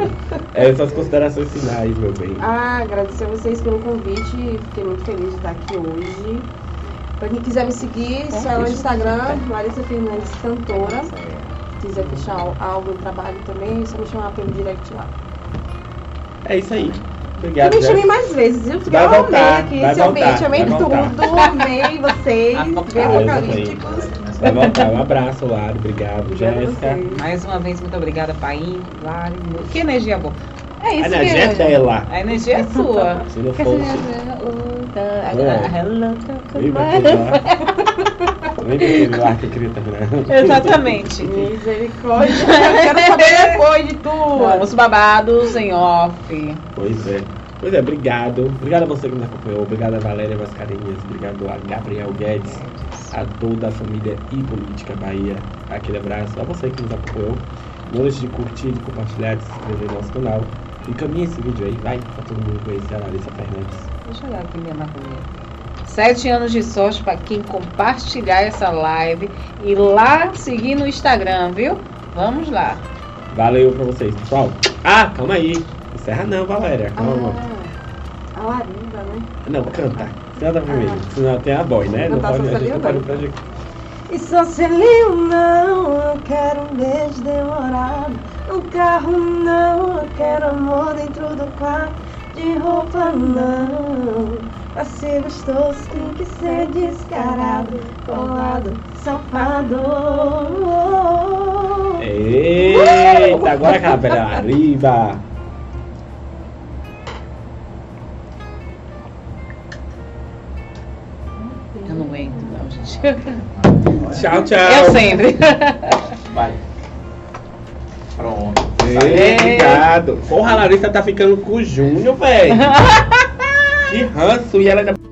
Speaker 1: É só as considerações finais, meu bem.
Speaker 4: Ah, agradecer a vocês pelo convite. Fiquei muito feliz de estar aqui hoje. Pra quem quiser me seguir,
Speaker 2: Bom,
Speaker 4: só é no
Speaker 2: deixa eu
Speaker 4: Instagram,
Speaker 2: ver.
Speaker 4: Larissa Fernandes Cantora. Se quiser fechar algo no trabalho também, é só me chamar pelo direct lá.
Speaker 1: É isso aí.
Speaker 4: E
Speaker 1: Obrigado.
Speaker 4: me chamei
Speaker 1: né?
Speaker 4: mais vezes, viu? Porque
Speaker 1: Vai
Speaker 4: eu
Speaker 1: voltar,
Speaker 4: amei aqui
Speaker 1: vai
Speaker 4: esse ambiente,
Speaker 1: voltar,
Speaker 4: amei
Speaker 1: vai
Speaker 4: tudo, amei vocês, bem
Speaker 1: Ah, eu
Speaker 4: vocalísticos.
Speaker 1: Vai voltar. Um abraço, Lari. Obrigado,
Speaker 4: Obrigada a
Speaker 1: Jéssica.
Speaker 4: vocês.
Speaker 2: Mais uma vez, muito obrigada, Paim, Lari. Lu. Que energia boa. É
Speaker 1: A
Speaker 2: isso
Speaker 1: energia é
Speaker 2: que
Speaker 1: dela.
Speaker 2: A energia é sua.
Speaker 1: Se não
Speaker 2: Que essa
Speaker 1: fosse.
Speaker 2: energia é outra.
Speaker 1: tá
Speaker 2: tá
Speaker 1: É.
Speaker 2: Hello,
Speaker 1: Vem pra
Speaker 2: cucumber.
Speaker 1: aquele lá que queria terminar.
Speaker 2: É. Exatamente.
Speaker 4: Misericórdia, eu quero saber depois de
Speaker 2: Bom,
Speaker 4: tudo.
Speaker 2: Os babados em off.
Speaker 1: Pois é. Pois é, obrigado. Obrigado a você que nos acompanhou. Obrigado a Valéria Mascarenhas. Obrigado a Gabriel Guedes. A toda a família e política Bahia. Aquele abraço a você que nos acompanhou. Não deixe de curtir, de compartilhar, de se inscrever no nosso canal. Encaminha esse vídeo aí, vai, pra todo mundo conhecer a Larissa Fernandes.
Speaker 2: Deixa eu olhar aqui minha maconha. Sete anos de sorte para quem compartilhar essa live e lá seguir no Instagram, viu? Vamos lá.
Speaker 1: Valeu pra vocês, pessoal. Ah, calma aí. Encerra não, Valéria. Calma.
Speaker 4: Ah, a Larinda, né?
Speaker 1: Não, canta. Canta primeiro. Senão tem a boy, né? Não
Speaker 4: Ah. Cantar
Speaker 1: pode, a
Speaker 4: essa
Speaker 1: gente não
Speaker 4: linda.
Speaker 1: pode projetar.
Speaker 4: E só selinho não, eu quero um beijo demorado. Um carro não, eu quero amor dentro do quarto. De roupa não, pra ser gostoso tem que ser descarado, colado, safado.
Speaker 1: Eita, agora cabra. Arriba.
Speaker 2: Eu não aguento, não, gente.
Speaker 1: Tchau, tchau.
Speaker 2: Eu sempre.
Speaker 3: Vai. Pronto.
Speaker 4: É.
Speaker 1: Ei, Obrigado. Porra, a Larissa tá ficando com o Júnior, velho. que ranço. E ela ainda